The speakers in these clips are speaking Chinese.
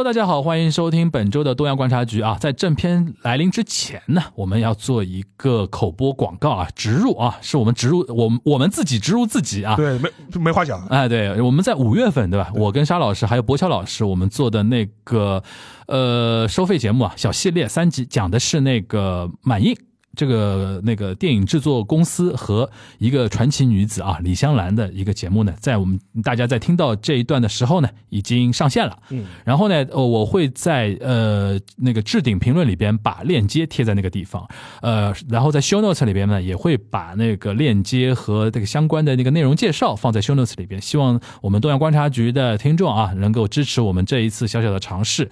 Hello，大家好，欢迎收听本周的东亚观察局啊。在正片来临之前呢，我们要做一个口播广告啊，植入啊，是我们植入我们我们自己植入自己啊。对，没就没话讲。哎，对，我们在五月份对吧？我跟沙老师还有博乔老师，我们做的那个呃收费节目啊，小系列三集，讲的是那个满映。这个那个电影制作公司和一个传奇女子啊李香兰的一个节目呢，在我们大家在听到这一段的时候呢，已经上线了。嗯，然后呢，呃我会在呃那个置顶评论里边把链接贴在那个地方，呃，然后在 show notes 里边呢，也会把那个链接和这个相关的那个内容介绍放在 show notes 里边。希望我们东阳观察局的听众啊，能够支持我们这一次小小的尝试。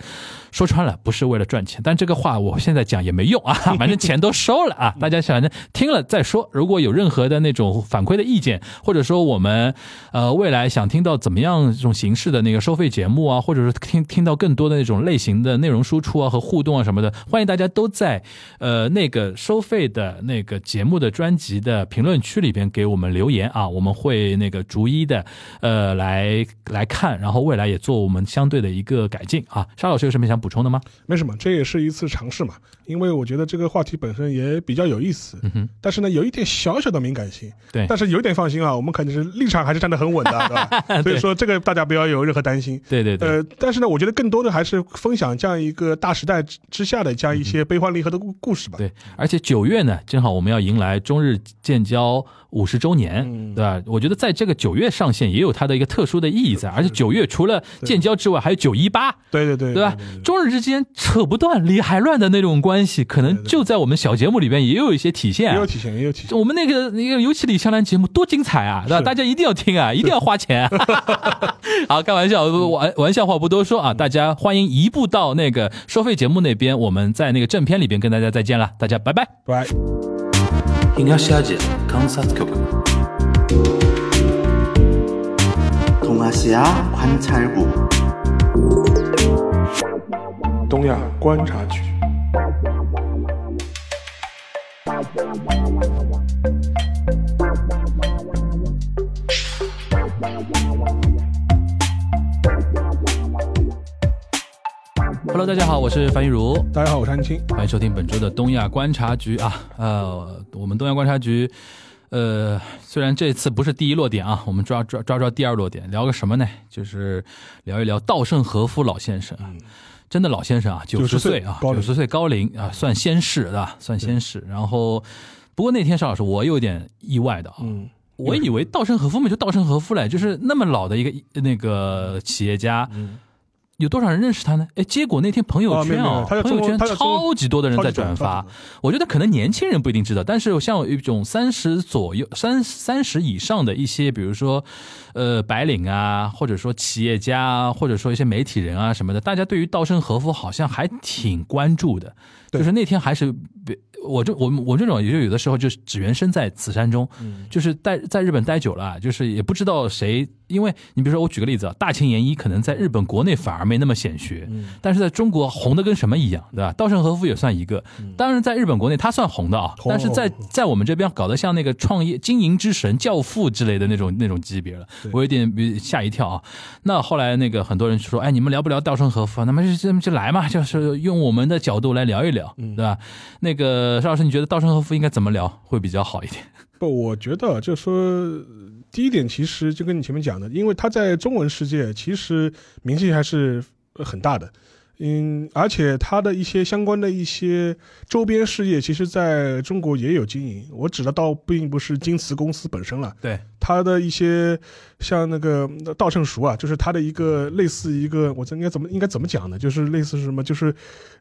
说穿了，不是为了赚钱，但这个话我现在讲也没用啊，反正钱都收了啊， 大家反正听了再说。如果有任何的那种反馈的意见，或者说我们呃未来想听到怎么样这种形式的那个收费节目啊，或者是听听到更多的那种类型的内容输出啊和互动啊什么的，欢迎大家都在呃那个收费的那个节目的专辑的评论区里边给我们留言啊，我们会那个逐一的呃来来看，然后未来也做我们相对的一个改进啊。沙老师有什么想补充的吗？没什么，这也是一次尝试嘛。因为我觉得这个话题本身也比较有意思，嗯哼，但是呢，有一点小小的敏感性。对但是有一点放心啊，我们肯定是立场还是站得很稳的，对吧？所以说这个大家不要有任何担心。对对对，呃，但是呢，我觉得更多的还是分享这样一个大时代之之下的这样一些悲欢离合的故故事吧。对，而且九月呢，正好我们要迎来中日建交五十周年，嗯对吧？我觉得在这个九月上线也有它的一个特殊的意义在，而且九月除了建交之外，还有九一八。对对对对吧？中日之间扯不断、理还乱的那种关系，可能对对就在我们小节目里边也有一些体现也啊、有体现，也有体现。我们那个那个，尤其李香兰节目多精彩啊，对吧？是大家一定要听啊，一定要花钱、啊 好，开玩笑，玩玩笑话不多说啊，大家欢迎移步到那个收费节目那边，我们在那个正片里边跟大家再见了，大家拜拜。对，東アジア観察局동아시아 관찰국 东亚观察局。 Hello，大家好，我是樊玉茹，大家好，我是安青。欢迎收听本周的东亚观察局啊，呃，我们东亚观察局，呃，虽然这次不是第一落点啊，我们抓抓抓抓第二落点，聊个什么呢？就是聊一聊稻盛和夫老先生啊，真的老先生啊，九十90岁岁啊，高九龄十岁高龄啊，算先逝对吧？算先逝。然后，不过那天邵老师，我有点意外的啊，嗯，我以为稻盛和夫嘛，就稻盛和夫嘞，就是那么老的一个那个企业家，有多少人认识他呢？哎，结果那天朋友圈嗯啊哦没有没有他在朋友圈中国他在中国超级多的人在转超级转发发，我觉得可能年轻人不一定知道，但是像有一种三十左右、三三十以上的一些，比如说呃白领啊，或者说企业家啊，或者说一些媒体人啊什么的，大家对于稻盛和夫好像还挺关注的，对就是那天还是别我这我我这种也就有的时候就是只缘身在此山中，就是待在日本待久了，啊就是也不知道谁，因为你比如说我举个例子啊，大庆研一可能在日本国内反而没那么显学，但是在中国红的跟什么一样，对吧？稻盛和夫也算一个，当然在日本国内他算红的啊，红但是在红在我们这边搞得像那个创业经营之神、教父之类的那种那种级别了，我有点呃吓一跳啊。那后来那个很多人说，哎，你们聊不聊稻盛和夫啊？那么就就就来嘛，就是用我们的角度来聊一聊，嗯对吧？那个邵老师，你觉得稻盛和夫应该怎么聊会比较好一点？不，我觉得就说呃第一点，其实就跟你前面讲的，因为他在中文世界其实名气还是呃很大的。嗯，而且他的一些相关的一些周边事业，其实在中国也有经营。我指的倒并不是京瓷公司本身了，对，他的一些像那个呃稻盛熟啊，就是他的一个类似一个，我这应该怎么应该怎么讲呢？就是类似什么，就是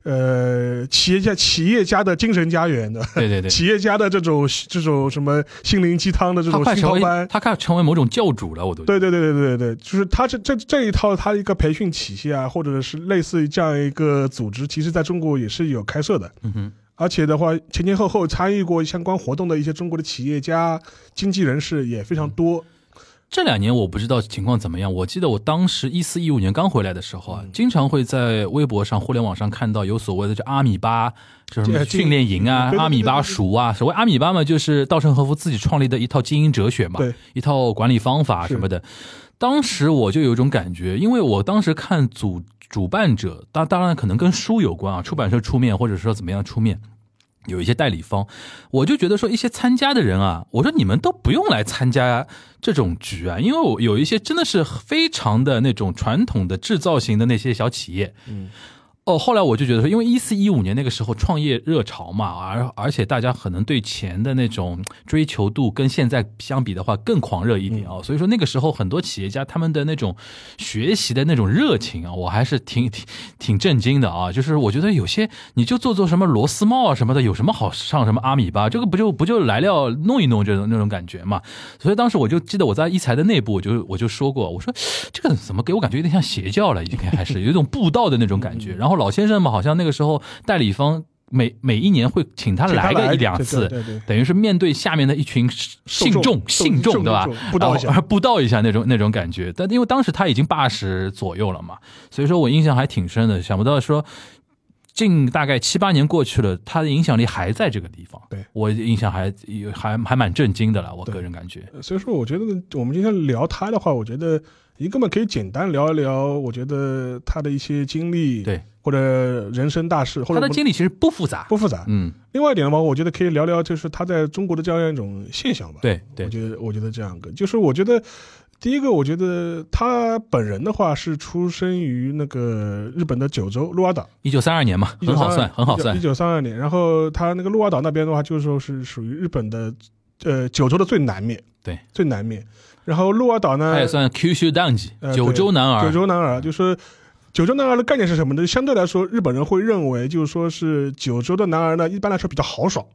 呃企业家企业家的精神家园的， 对对对。企业家的这种这种什么心灵鸡汤的这他种快熏成陶为班，他快成为某种教主了，我都觉得对对对对对对，就是他这这这一套他的一个培训体系啊，或者是类似于这样一个组织，其实在中国也是有开设的。嗯哼，而且的话，前前后后参与过相关活动的一些中国的企业家、经纪人士也非常多。嗯这两年我不知道情况怎么样。我记得我当时一四一五年刚回来的时候嗯啊，经常会在微博上、互联网上看到有所谓的这阿米巴，就是什么对训练营啊哎对、对对阿米巴对对塾啊。所谓阿米巴嘛，就是稻盛和夫自己创立的一套经营哲学嘛对，一套管理方法什么的。当时我就有一种感觉，因为我当时看组主办者，当当然可能跟书有关啊，出版社出面，或者说怎么样出面。有一些代理方，我就觉得说一些参加的人啊，我说你们都不用来参加这种局啊，因为我有一些真的是非常的那种传统的制造型的那些小企业，嗯，哦，后来我就觉得说，因为一四一五年那个时候创业热潮嘛，而而且大家可能对钱的那种追求度跟现在相比的话更狂热一点啊、所以说那个时候很多企业家他们的那种学习的那种热情啊，我还是挺挺挺震惊的啊。就是我觉得有些你就做做什么螺丝帽啊什么的，有什么好上什么阿米巴？这个不就不就来料弄一弄这种那种感觉嘛。所以当时我就记得我在一财的内部，我就我就说过，我说这个怎么给我感觉有点像邪教了，已经开始有一种布道的那种感觉。嗯然后老先生嘛，好像那个时候代理方每每一年会请他请他来个一两对次，对对对等于是面对下面的一群信众受众信众受对吧哦受？布道一下然后布道一下那种那种感觉。但因为当时他已经八十左右了嘛，所以说我印象还挺深的。想不到说近大概七八年过去了，他的影响力还在这个地方。对我印象还还还蛮震惊的了，我对个人感觉。呃所以说，我觉得呢我们今天聊他的话，我觉得一个嘛可以简单聊一聊，我觉得他的一些经历，对，或者人生大事，或他者的不经历其实不复杂，不复杂。嗯，另外一点的话，我觉得可以聊聊，就是他在中国的这样一种现象吧。对我对，觉得我觉得这样个，就是我觉得第一个，我觉得他本人的话是出生于那个日本的九州鹿儿岛，一九三二年嘛，很好算，很好算一，九三二年。然后他那个鹿儿岛那边的话，就是说是属于日本的呃九州的最南面，对，最南面。然后鹿儿岛呢他，也算 Qshu d a n 呃 g 九州男九儿，州男儿，就是呃九州男儿的概念是什么呢？相对来说，日本人会认为，就是说是九州的男儿呢，一般来说比较豪爽，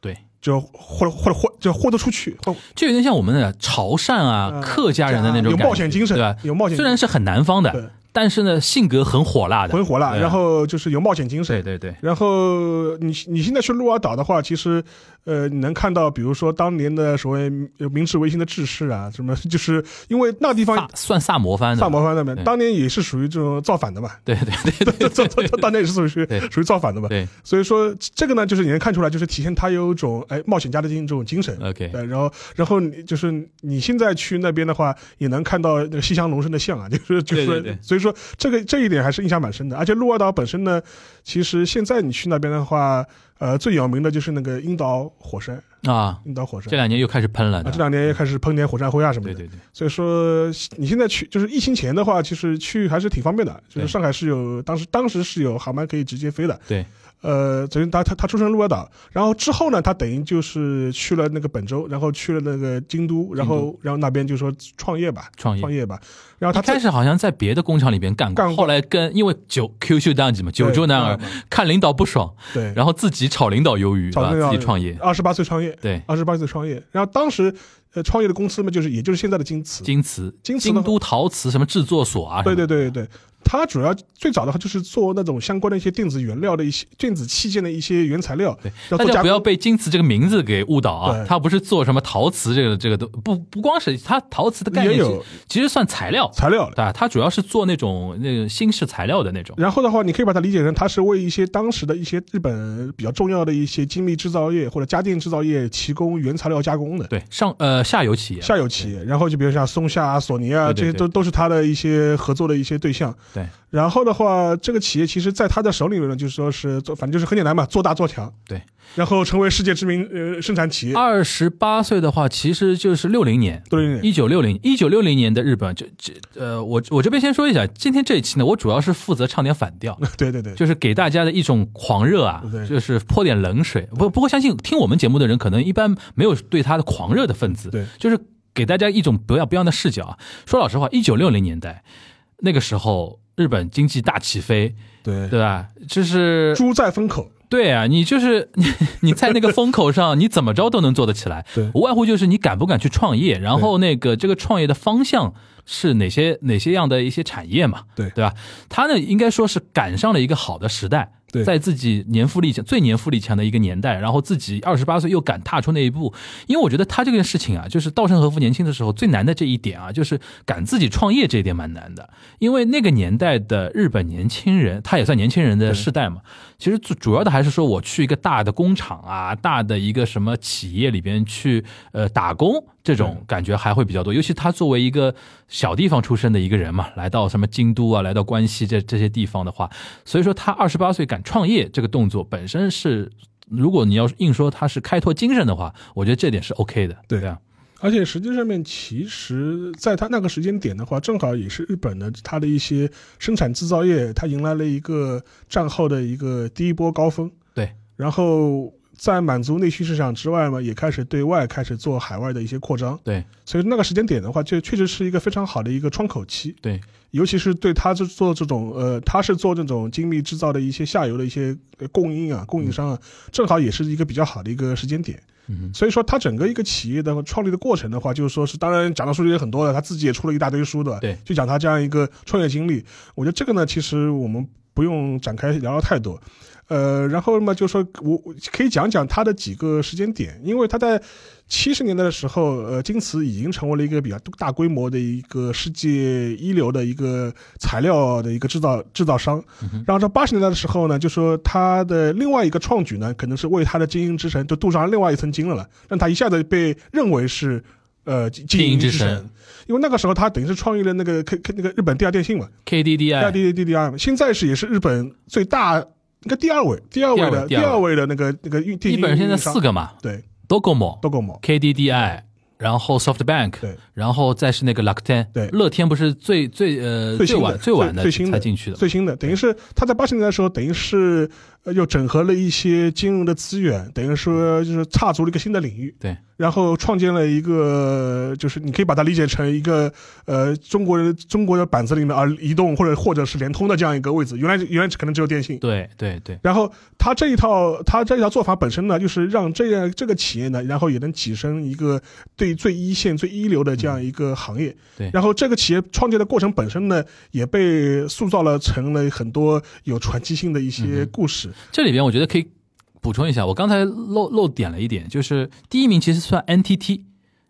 对，就或者或者或就豁得出去，或就有点像我们的潮汕啊呃客家人的那种有感觉冒险精神，对吧？有冒险虽然是很南方对的，但是呢，性格很火辣的回，火了，对啊然后就是有冒险精神对。对对，然后你你现在去鹿儿岛的话，其实，呃，你能看到，比如说当年的所谓呃明治维新的志士啊，什么，就是因为那地萨方算萨摩藩的，萨摩藩那边对当年也是属于这种造反的嘛， 对对对对这这这 当年也是属于对属于造反的嘛，对所以说这个呢，就是你能看出来，就是体现他有一种哎冒险家的这种精神。 ，OK，对，然后，然后你就是你现在去那边的话，也能看到那个西乡隆盛的像啊， 就是就对是说，对对所以说这个这一点还是印象蛮深的。而且鹿儿岛本身呢，其实现在你去那边的话，呃，最有名的就是那个樱岛火山，啊，樱岛火山这两年又开始喷了啊，的这，两年也开始喷点火山灰啊什么对的。对对，所以说你现在去，就是疫情前的话，其实去还是挺方便的，就对是上海是有当时当时是有航班可以直接飞的。对，呃，等于他他他出生鹿儿岛，然后之后呢，他等于就是去了那个本州，然后去了那个京都，然后然后那边就说创业吧，创业创。业吧，然后他一开自始好像在别的工厂里边干干过，过后来跟因为九 QQ 当机嘛，九州男儿对看领导不爽，呃对，然后自己炒领导鱿鱼，找对吧那个自己创业，二十八岁创业，对，二十八岁创业，然后当时呃创业的公司嘛，就是也就是现在的京瓷，京瓷、京瓷的京都陶瓷什么制作所啊，对对对，对对对，他主要最早的话就是做那种相关的一些电子原料的一些电子器件的一些原材料，对然后大做加家不工要被京瓷这个名字给误导啊，对它不是做什么陶瓷这个这个都不不光是它陶瓷的概也念有是，其实算材料，材料对。吧？它主要是做那种那个新式材料的那种，然后的话，你可以把它理解成，它是为一些当时的一些日本比较重要的一些精密制造业或者家电制造业提供原材料加工的对，上呃下游企业，下游企业。然后就比如像松下啊、索尼啊，对对这些对都都是它的一些合作的一些对象。对然后的话，这个企业其实在他的手里面呢，就是说是做，反正就是很简单嘛，做大做强。对。然后成为世界知名呃生产企业。二十八岁的话，其实就是六零年，对对对一九六零一九六零年的日本，这这呃，我我这边先说一下，今天这一期呢，我主要是负责唱点反调， 对对对，就是给大家的一种狂热啊对，就是泼点冷水。不不过相信听我们节目的人，可能一般没有对他的狂热的分子，对，就是给大家一种不要不一样的视角啊。说老实话，一九六零年代那个时候，日本经济大起飞，对对吧？就是猪在风口。对啊，你就是你， 你在那个风口上，你怎么着都能做得起来。对无外乎就是你敢不敢去创业，然后那个这个创业的方向是哪些哪些样的一些产业嘛，对对吧？他呢，应该说是赶上了一个好的时代。对在自己年富力强、最年富力强的一个年代，然后自己二十八岁又敢踏出那一步，因为我觉得他这个事情啊，就是稻盛和夫年轻的时候最难的这一点啊，就是敢自己创业这一点蛮难的，因为那个年代的日本年轻人，他也算年轻人的世代嘛，其实主主要的还是说我去一个大的工厂啊，大的一个什么企业里边去呃打工。这种感觉还会比较多，尤其他作为一个小地方出身的一个人嘛，来到什么京都啊，来到关西这这些地方的话，所以说他二十八岁敢创业这个动作本身是，如果你要硬说他是开拓精神的话，我觉得这点是 OK 的，对对啊，而且实际上面，其实在他那个时间点的话，正好也是日本的它的一些生产制造业，它迎来了一个战后的一个第一波高峰。对，然后在满足内需市场之外嘛，也开始对外开始做海外的一些扩张。对所以那个时间点的话，就确实是一个非常好的一个窗口期。对，尤其是对他是做这种呃，他是做这种精密制造的一些下游的一些呃供应啊、供应商啊，正好也是一个比较好的一个时间点。嗯所以说，他整个一个企业的创立的过程的话，就是说是，当然讲的数据也很多了，他自己也出了一大堆书的，对就讲他这样一个创业经历。我觉得这个呢，其实我们不用展开聊聊太多。呃，然后嘛，就说我我可以讲讲他的几个时间点，因为他在七十年代的时候，呃，京瓷已经成为了一个比较大规模的一个世界一流的一个材料的一个制造制造商。嗯然后到八十年代的时候呢，就说他的另外一个创举呢，可能是为他的经营之神就镀上了另外一层金了了，让他一下子被认为是呃经经营之之神，因为那个时候他等于是创立了那个 K K 那个日本第二电信嘛，第二 KDDI， D D D R，现在是也是日本最大应该第二位第二位的第第二位二位的那个那个运电基信本上现在四个个嘛对，Docomo、 Docomo KDDI，然后 SoftBank，对然后再是那个 Lakuten，对乐天不是最最呃最最新晚的最晚最新的才进去的，最新的，等于是他在八十年代的时候，等于是呃又整合了一些金融的资源，等于说就是踏足了一个新的领域。对，然后创建了一个，就是你可以把它理解成一个呃中国人中国的板子里面啊，移动或者或者是联通的这样一个位置。原来原来可能只有电信。对对对，然后他这一套，他这一套做法本身呢，就是让这样这个企业呢，然后也能跻身一个对最一线、最一流的这样一个行业。对然后这个企业创建的过程本身呢，也被塑造了成了很多有传奇性的一些故事。这里边我觉得可以补充一下，我刚才漏漏点了一点，就是第一名其实算 NTT。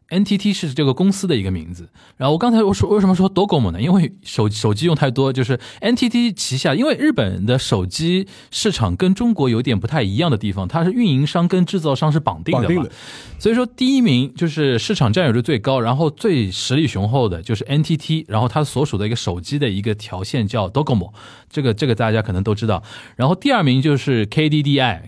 NTT 是这个公司的一个名字，然后我刚才我说为什么说 Docomo 呢？因为手手机用太多，就是 NTT 旗下，因为日本的手机市场跟中国有点不太一样的地方，它是运营商跟制造商是绑定的嘛，绑定的所以说第一名就是市场占有率最高，然后最实力雄厚的就是 NTT，然后它所属的一个手机的一个条线叫 Docomo，这个这个大家可能都知道。然后第二名就是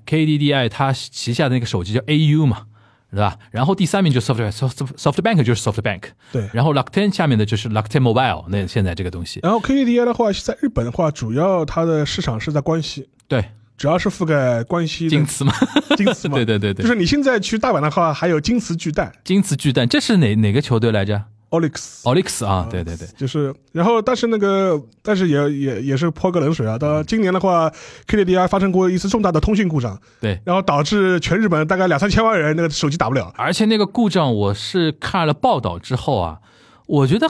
KDDI，KDDI 它旗下的那个手机叫 AU 嘛。对吧？然后第三名就是 SoftBank，Soft SoftBank 就是 SoftBank，对然后 Lakuten 下面的就是 Lakuten Mobile，那现在这个东西，然后 KDDI 的话，在日本的话，主要它的市场是在关西，对，主要是覆盖关西京的瓷嘛， 京瓷嘛。对对对就对，是你现在去大阪的话，还有京瓷巨蛋京瓷巨蛋，这是哪哪个球队来着 Olix。 o l y x 啊，对对对，就是，然后但是那个，但是也也也是泼个冷水啊。当然，今年的话，KDDI 啊发生过一次重大的通讯故障，对然后导致全日本大概两三千万人那个手机打不了。而且那个故障，我是看了报道之后啊，我觉得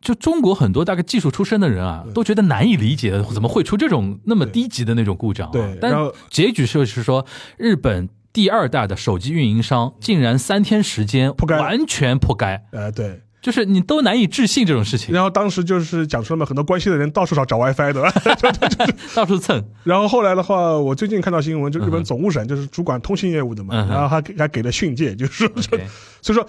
就中国很多大概技术出身的人啊，都觉得难以理解，怎么会出这种那么低级的那种故障、啊？对但然后结局就是说，日本第二大的手机运营商竟然三天时间扑街完全破该，呃，对。就是你都难以置信这种事 情，然后当时就是讲出了嘛，很多关西的人到处找找 WiFi 的。 到处蹭，然后后来的话，我最近看到新闻，就日本总务省就是主管通信业务的嘛，嗯哼然后还给还给了训诫，就是说 OK，所以说，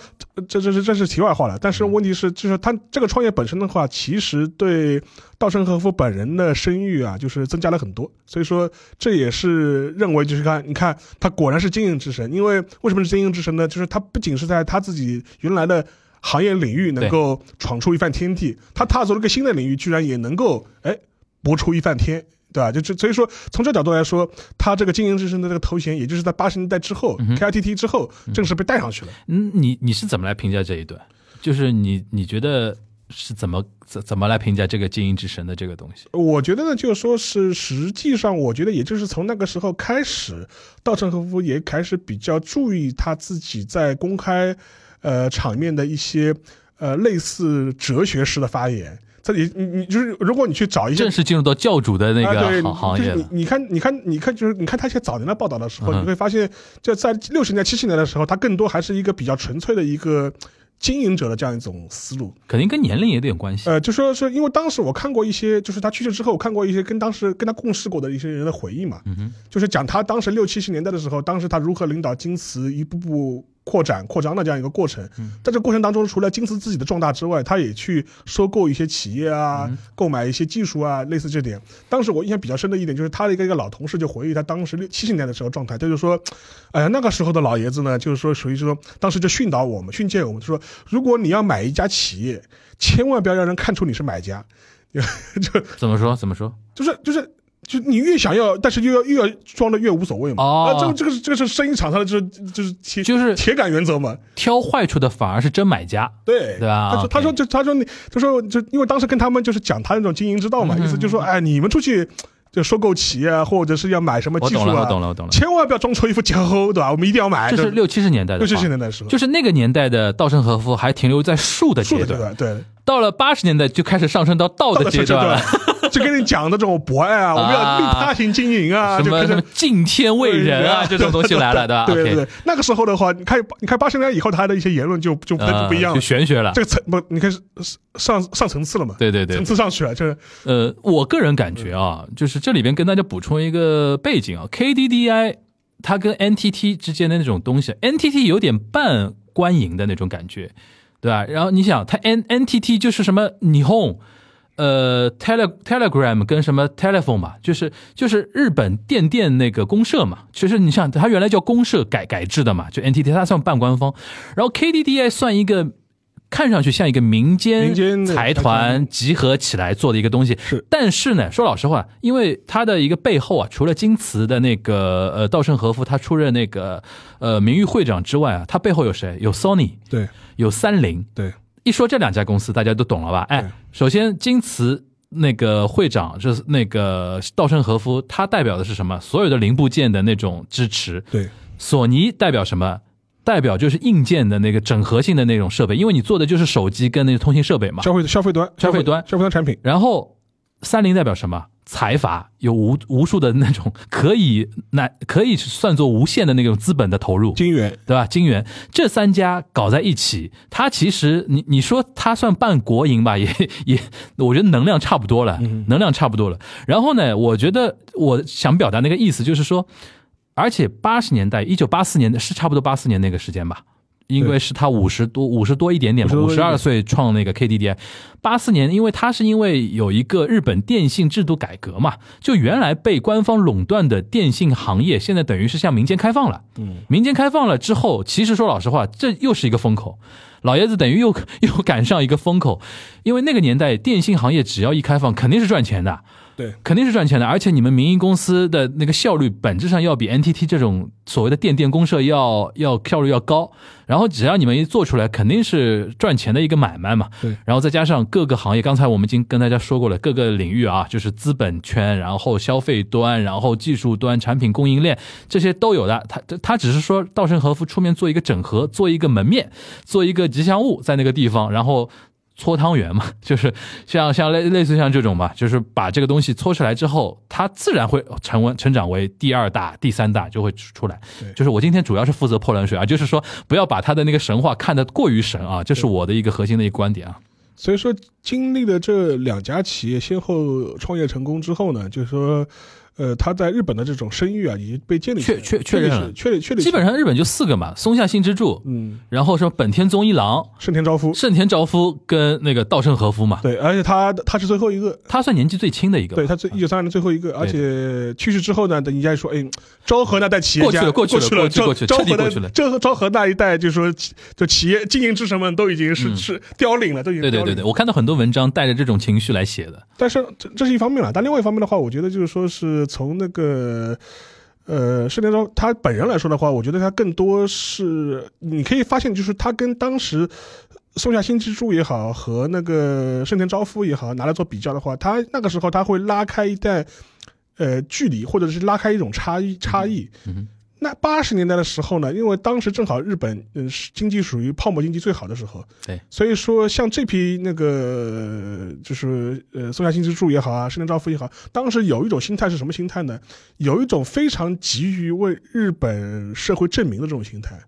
这这这这是题外话了。但是问题是，就是他这个创业本身的话，其实对稻盛和夫本人的声誉啊，就是增加了很多。所以说，这也是认为就是看，你看他果然是经营之神。因为为什么是经营之神呢？就是他不仅是在他自己原来的行业领域能够闯出一番天地，他踏足了一个新的领域，居然也能够哎搏出一番天。对吧？就这，所以说从这角度来说，他这个经营之神的这个头衔，也就是在八十年代之后、k i t t 之后正式被带上去了。嗯，你你是怎么来评价这一段？就是你你觉得是怎么怎怎么来评价这个经营之神的这个东西？我觉得呢，就是说是实际上，我觉得也就是从那个时候开始，稻盛和夫也开始比较注意他自己在公开呃场面的一些呃类似哲学式的发言。他也你你就是，如果你去找一些正式进入到教主的那啊、对个行行业就是了你。你看，你看，你看，就是你看他一些早年的报道的时候，嗯哼你会发现，就在六十年代、七十年代的时候，他更多还是一个比较纯粹的一个经营者的这样一种思路。肯定跟年龄也得有关系。呃，就说是因为当时我看过一些，就是他去世之后，我看过一些跟当时跟他共事过的一些人的回忆嘛，嗯哼，就是讲他当时六七十年代的时候，当时他如何领导京瓷一步步。扩展扩张的这样一个过程，嗯在这过程当中，除了京瓷自己的壮大之外，他也去收购一些企业啊，嗯购买一些技术啊，类似这点。当时我印象比较深的一点就是他的一个一个老同事就回忆他当时六七十年代的时候状态，他就说，哎呀，那个时候的老爷子呢，就是说属于是说，当时就训导我们、训诫我们，就说如果你要买一家企业，千万不要让人看出你是买家，怎么说？怎么说？就是就是。就你越想要，但是又要又要装的越无所谓嘛。哦啊，这个这个是这个是生意场上的，就是就是铁就是铁杆原则嘛。挑坏处的反而是真买家。对，对吧他说 OK 他说就他说你他说就因为当时跟他们就是讲他那种经营之道嘛，嗯意思就是说哎，你们出去就收购企业啊，或者是要买什么我技术懂了，我啊，懂了，我懂了。千万不要装出一副假猴，对吧？我们一定要买。这是六七十年代的哎六话，七十年代的时候，就是那个年代的稻盛和夫还停留在术的树阶的对段，吧？对，到了八十年代就开始上升到道到的了阶阶段了。段， 就跟你讲的这种博爱啊，我们要利他型经营啊，什就么开什么始。敬天为人啊，这种东西来了， 对吧对对？OK，对，那个时候的话，你看你看八十年代以后，他的一些言论就就不呃不一样就了，玄学了这。个层不，你看是上上层次了嘛？对对对层，次上去了，就是呃，我个人感觉啊，就是这里边跟大家补充一个背景啊，KDDI 它跟 NTT 之间的那种东西，NTT 有点半官营的那种感觉，对吧？然后你想，它 N NTT 就是什么霓虹。呃，Tele Telegram 跟什么 Telephone 嘛，就是就是日本电电那个公社嘛。其实你像它原来叫公社改改制的嘛，就 NTT 它算半官方，然后 KDDI 算一个看上去像一个民间民间的财财团团集合起来做的一个东西。是但是呢，说老实话，因为它的一个背后啊，除了京瓷的那个呃稻盛和夫他出任那个呃名誉会长之外啊，它背后有谁？有 Sony，对有三菱。对一说这两家公司，大家都懂了吧？哎对，首先京瓷。那个会长就是那个稻盛和夫，他代表的是什么？所有的零部件的那种支持，对索尼代表什么？代表就是硬件的那个整合性的那种设备，因为你做的就是手机跟那个通信设备嘛。消费消费端消费端消费端产品，然后三菱代表什么？财阀有无无数的那种可以那可以算作无限的那种资本的投入，金源对吧？金源这三家搞在一起，它其实你你说它算半国营吧，也 也，我觉得能量差不多了，能量差不多了。然后呢，我觉得我想表达那个意思就是说，而且八十年代，一九八四年是差不多八四年那个时间吧。因为是他五十多五十多一点点吧， 50多五一点十二岁创那个 KDDI，八四年，因为他是因为有一个日本电信制度改革嘛，就原来被官方垄断的电信行业，现在等于是向民间开放了。嗯民间开放了之后，其实说老实话，这又是一个风口。老爷子等于又 又赶上一个风口，因为那个年代电信行业只要一开放，肯定是赚钱的，对肯定是赚钱的。而且你们民营公司的那个效率，本质上要比 NTT 这种所谓的电电公社要要效率要高。然后只要你们一做出来，肯定是赚钱的一个买卖嘛。对然后再加上各个行业，刚才我们已经跟大家说过了，各个领域啊，就是资本圈，然后消费端，然后技术端、产品供应链这些都有的。他他只是说稻盛和夫出面做一个整合，做一个门面，做一个吉祥物在那个地方，然后。搓汤圆嘛， 就是像像类类似像这种嘛，就是把这个东西搓出来之后，它自然会成为成长为第二大、第三大就会出出来。就是我今天主要是负责泼冷水啊，就是说不要把他的那个神话看得过于神啊，这是我的一个核心的一个观点啊。所以说，经历了这两家企业先后创业成功之后呢，就是说，呃，他在日本的这种声誉啊，已经被建立起来确确确认了确立确立起基来本上日本就四个嘛，松下幸之助，嗯，然后什么本田宗一郎、盛田昭夫，盛田昭夫跟那个稻盛和夫 嘛，对，而且他他是最后一个，他算年纪最轻的一个吧。啊对他最一九三二年最后一个，而且去世之后呢，等人家说，哎，昭和那代企业家过去了过了，去了过去了昭彻昭底和过的去了昭昭和那一代就是说，就企业经营之神们都已经是是凋零了，都已经嗯对对凋零对了对，我看到很多文章带着这种情绪来写的。但是这这是一方面了，但另外一方面的话，我觉得就是说是从那个。呃，盛田昭他本人来说的话，我觉得他更多是你可以发现，就是他跟当时松下新之助也好，和那个盛田昭夫也好拿来做比较的话，他那个时候他会拉开一代呃距离，或者是拉开一种差异差异。嗯哼那八十年代的时候呢，因为当时正好日本嗯是经济属于泡沫经济最好的时候，对，所以说像这批那个呃就是呃松下幸之助也好啊，深田昭夫也好，当时有一种心态是什么心态呢？有一种非常急于为日本社会证明的这种心态，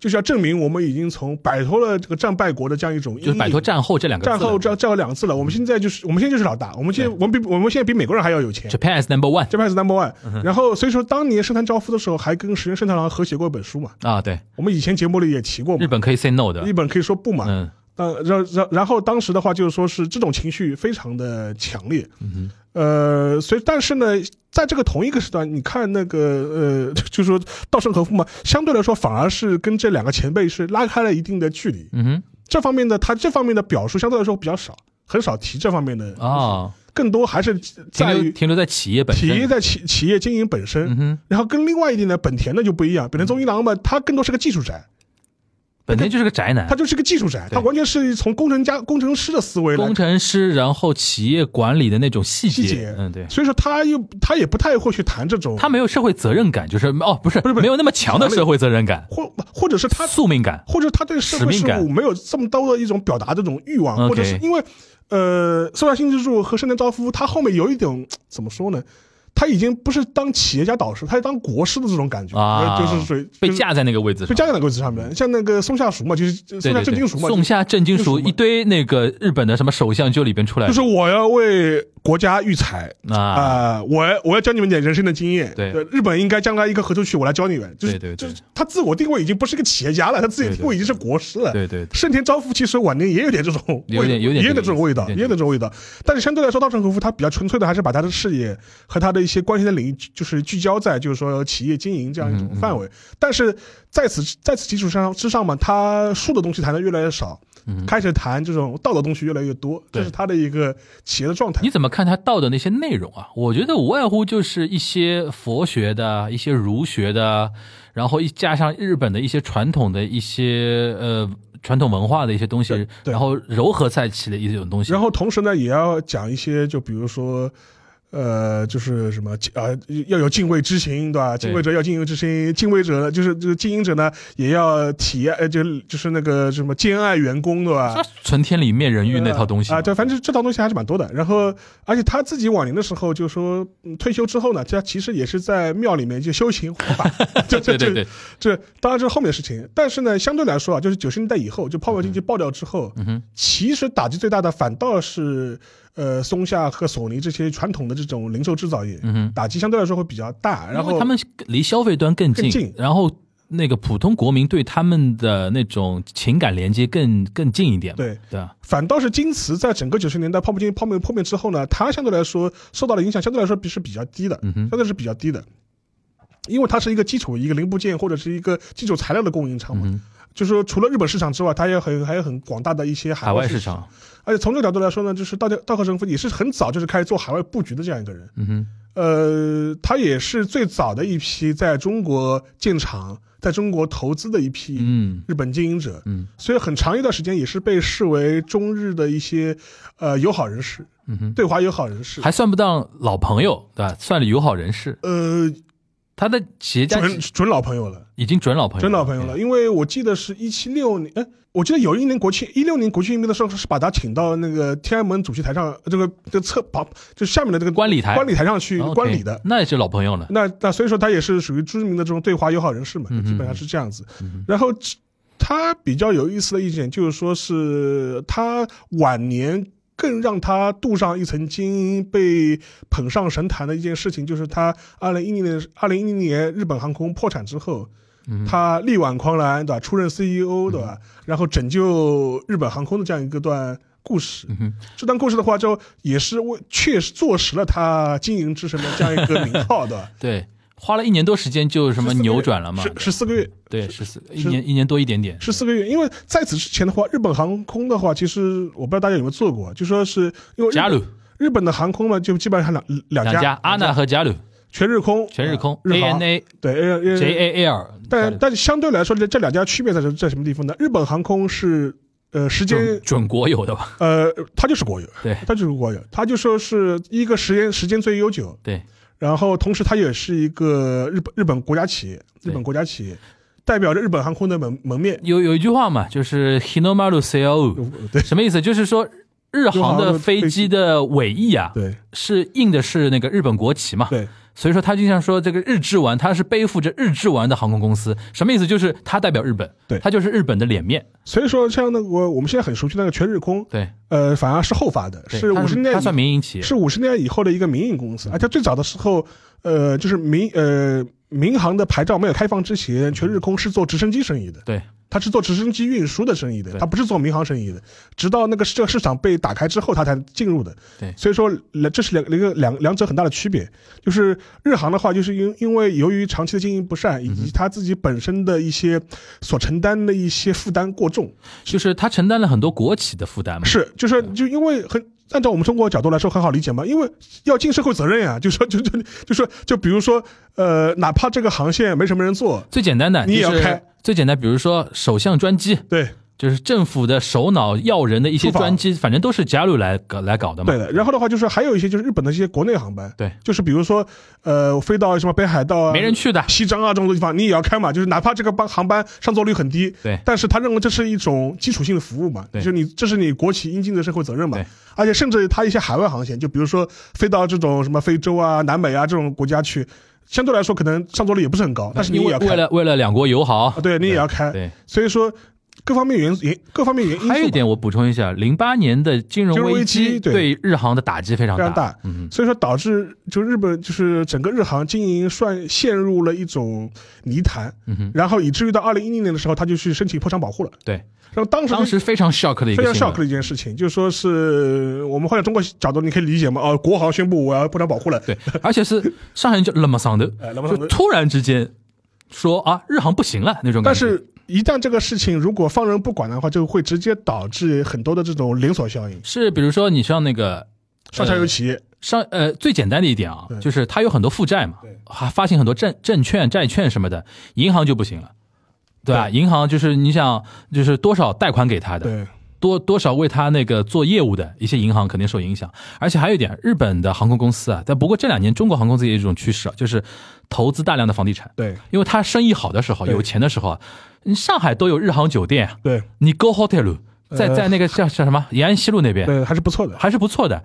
就是要证明我们已经从摆脱了这个战败国的这样一种阴就是摆脱影战后这两个字战了后战战后两次了，我们现在就是我们现在就是老大，我们现在对我们比我们现在比美国人还要有钱。 Japan is number one 这派是 number one，、然嗯后所以说当年圣坛昭夫的时候，还跟石原慎太郎合写过一本书嘛。啊，对，我们以前节目里也提过日嘛，本可以 say no 的日，本可以说不嘛。嗯，当然然然后当时的话就是说是这种情绪非常的强烈，嗯呃，所以但是呢，在这个同一个时段，你看那个呃， 就说稻盛和夫嘛，相对来说反而是跟这两个前辈是拉开了一定的距离。嗯哼，这方面的他这方面的表述相对来说比较少，很少提这方面的，哦，更多还是停在留于停留在企业本企业身，在企企业经营本身。嗯哼，嗯然后跟另外一点呢，本田呢就不一样，本田宗一郎嘛，他更多是个技术宅，本身就是个宅男他，就是个技术宅，哎对他完全是从工程家、工程师的思维来工程师，然后企业管理的那种细细节节，嗯，对。所以说他又他也不太会去谈这种，他没有社会责任感，就是哦，不是，不是不是没有那么强的社会责任感、或或者是他宿命感。或者他对社会使事命感务没有这么多的一种表达这种欲望 OK 或者是因为呃，松下幸之助和圣田昭夫，他后面有一种怎么说呢？他已经不是当企业家导师，他是当国师的这种感觉，呃啊就是属于被就是架在那个位置上，被架在那个位置上面，像那个松下熟嘛，就是松对下对正对，经熟嘛，送下震惊就是熟熟嘛一堆那个日本的什么首相就里边出来就是我要为国家育才啊，啊、我要我要教你们点人生的经验。对呃日本应该将来一个合作区，我来教你们。就是对对对就是他自我定位已经不是个企业家了，他自己定位已经是国师了。对对对盛田昭夫其实晚年也有点 这种味道，有点有点这也有个点这种味道，意思也有点这种味道。但是相对来说，稻盛和夫他比较纯粹的，还是把他的事业和他的一些关心的领域，就是聚焦在就是说企业经营这样一种范嗯围。但是在此在此基础上之上嘛，他术的东西谈的越来越少，开始谈这种道的东西越来越多，这嗯对是他的一个企业的状态你。怎么看他道的那些内容啊？我觉得无外乎就是一些佛学的、一些儒学的，然后一加上日本的一些传统的一些呃传统文化的一些东西对，对然后糅合在一起的一种东西然。后同时呢，也要讲一些，就比如说，呃，就是什么呃，要有敬畏之心，对吧？敬畏者要敬畏之心，敬畏者呢就是就是经营者呢，也要体验，呃，就就是那个什么兼爱员工，对吧？存天理灭人欲那套东西啊、对，反正这套东西还是蛮多的。然后，而且他自己晚年的时候就说，嗯退休之后呢，他其实也是在庙里面就修行护 法，就对就 对就对，这当然这是后面的事情，但是呢，相对来说啊，就是九十年代以后，就泡沫经济爆掉之后，嗯哼其实打击最大的反倒是呃松下和索尼这些传统的这种零售制造业，嗯哼。打击相对来说会比较大。然因为后他们离消费端更近，更近然后那个普通国民对他们的那种情感连接更更近一点嘛，对，对啊吧？反倒是京瓷在整个九十年代泡沫经济泡沫破灭之后呢，它相对来说受到的影响相对来说比是比较低的，嗯哼相对是比较低的，因为它是一个基础一个零部件或者是一个基础材料的供应商嘛。嗯就是说，除了日本市场之外，它也很还有很广大的一些海海外外市市场。场，而且从这个角度来说呢，就是稻稻荷神夫也是很早就是开始做海外布局的这样一个人。嗯哼，呃，他也是最早的一批在中国建厂、在中国投资的一批嗯日本经营者，嗯所以很长一段时间也是被视为中日的一些呃友好人士、嗯哼，对华友好人士。还算不当老朋友，对吧？算友好人士，呃，他的企业家准准老朋友了，已经准老朋友，准老朋友了，。因为我记得是一七六年，哎，我记得有一年国庆，一六年国庆迎宾的时候是把他请到那个天安门主席台上，呃这个这个侧旁就下面的这个观礼台哦观礼台上去 OK，观礼的，那也是老朋友了。那那所以说他也是属于知名的这种对华友好人士嘛，嗯哼基本上是这样子。然后这他比较有意思的一点就是说是他晚年。更让他镀上一层金、被捧上神坛的一件事情，就是他二零一零年二零一零年日本航空破产之后，嗯他力挽狂澜，对吧？出任 CEO，对吧？然后拯救日本航空的这样一个段故事。嗯哼，这段故事的话，就也是为确实坐实了他经营之神的这样一个名号，对吧？对，花了一年多时间就什么14个月呃扭转了嘛？十十四个月，对，十四一是年一年多一点点。十四个月。因为在此之前的话，日本航空的话，其实我不知道大家有没有做过，就说是因为日加本鲁日本的航空嘛，就基本上两两两家，阿纳和加鲁，全日空，全日空啊日，A 航 N A 对 A J A， A L，但但相对来说，这这两家区别在这在什么地方呢？日本航空是呃时间准准国有的吧？呃，它就是国有，对它就是国有，它就说是一个时间时间最悠久，对，然后同时它也是一个日本日本国家企业，日对本国家企业代表着日本航空的门门面。有有一句话嘛，就是 Hinomaru CLU，对什么意思？就是说日航的飞机的尾翼啊，对是印的是那个日本国旗嘛，对，所以说他经常说这个日之丸，它是背负着日之丸的航空公司，什么意思？就是它代表日本，对它就是日本的脸面，所以说像那个我们现在很熟悉那个全日空，对，呃，反而是后发的，对是它五十年代它以算民营企业，是五十年代以后的一个民营公司，而且最早的时候，呃，就是民呃民航的牌照没有开放之前，全日空是做直升机生意的，对，它是做直升机运输的生意的，对它不是做民航生意的。直到那个市这个市场被打开之后，它才进入的。对所以说呃这是两一个两两者很大的区别，就是日航的话，就是因因为由于长期的经营不嗯善，以及它自己本身的一些所承担的一些负担过重，就是它承担了很多国企的负担嘛，是，就是嗯就因为很。按照我们中国角度来说，很好理解嘛，因为要尽社会责任呀、就说就就就说就比如说，呃，哪怕这个航线没什么人坐，最简单的，你也要就是开最简单，比如说首相专机，对就是政府的首脑要人的一些出访专机，反正都是加入来搞来搞的嘛。对的。然后的话就是还有一些就是日本的一些国内航班，对，就是比如说，呃，飞到什么北海道啊，没人去的，西张啊这种地方，你也要开嘛，就是哪怕这个班航班上座率很低，对但是他认为这是一种基础性的服务嘛，对就是你这是你国企应尽的社会责任嘛对，而且甚至他一些海外航线，就比如说飞到这种什么非洲啊、南美啊这种国家去，相对来说可能上座率也不是很高，但是你因也为要为开，了为了两国友好啊，，对你也要开，对。所以说各方面原原各方面原因素吧还有一点我补充一下，零八年的金融金融危危机机对对日航的打击非常非大，常大，嗯，所以说导致就日本就是整个日航经营算陷入了一种泥潭，嗯哼然后以至于到二零一零年的时候，他就去申请破产保护了。对，然后当时当时非常 shock 的一非个常新 shock 闻，的一件事情，就是说是我们换到中国角度，你可以理解吗？哦，国航宣布我要破产保护了，对，而且是上海人就那么丧的，哎，那么就突然之间说啊，日航不行了那种感但觉，是。一旦这个事情如果放任不管的话，就会直接导致很多的这种连锁效应，是比如说你像那个上下游企业，上呃最简单的一点啊对，就是它有很多负债嘛对，还发行很多证证券、债券什么的，银行就不行了。对吧？对银行就是你想，就是多少贷款给他的，对多多少为他那个做业务的一些银行肯定受影响。而且还有一点，日本的航空公司啊，但不过这两年中国航空公司也有一种趋势啊，就是投资大量的房地产，对因为他生意好的时候，对有钱的时候啊，你上海都有日航酒店啊，对你 Go Hotel 在呃在那个叫叫什么延安西路那边，对，还是不错的。还是不错的。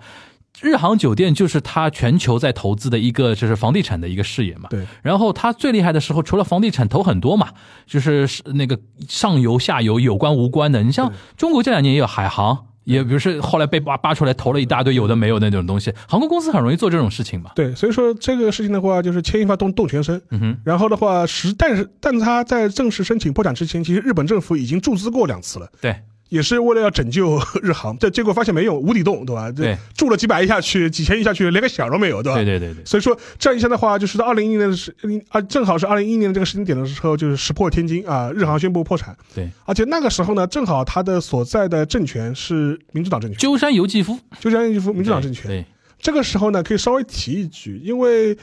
日航酒店就是它全球在投资的一个，就是房地产的一个事业嘛。对。然后它最厉害的时候，除了房地产投很多嘛，就是是那个上游、下游有关无关的。你像中国这两年也有海航，也比如是后来被扒扒出来投了一大堆有的没有的那种东西，航空公司很容易做这种事情嘛。对，所以说这个事情的话，就是牵一发动动全身。嗯哼，然后的话，实但是但他在正式申请破产之前，其实日本政府已经注资过两次了，对也是为了要拯救 日航。这结果发现没用，无底洞，对吧？这对注了几百亿下去，几千亿下去，连个响都没有，对吧？对对对对，所以说这样一下的话，就是到二零一零年的时，啊，正好是二零一一年这个时间点的时候，就是石破天惊啊，日航宣布破产。对，而且那个时候呢，正好他的所在的政权是民主党政权，鸠山由纪夫，就相当于民主党政权。对，这个时候呢，可以稍微提一句，因为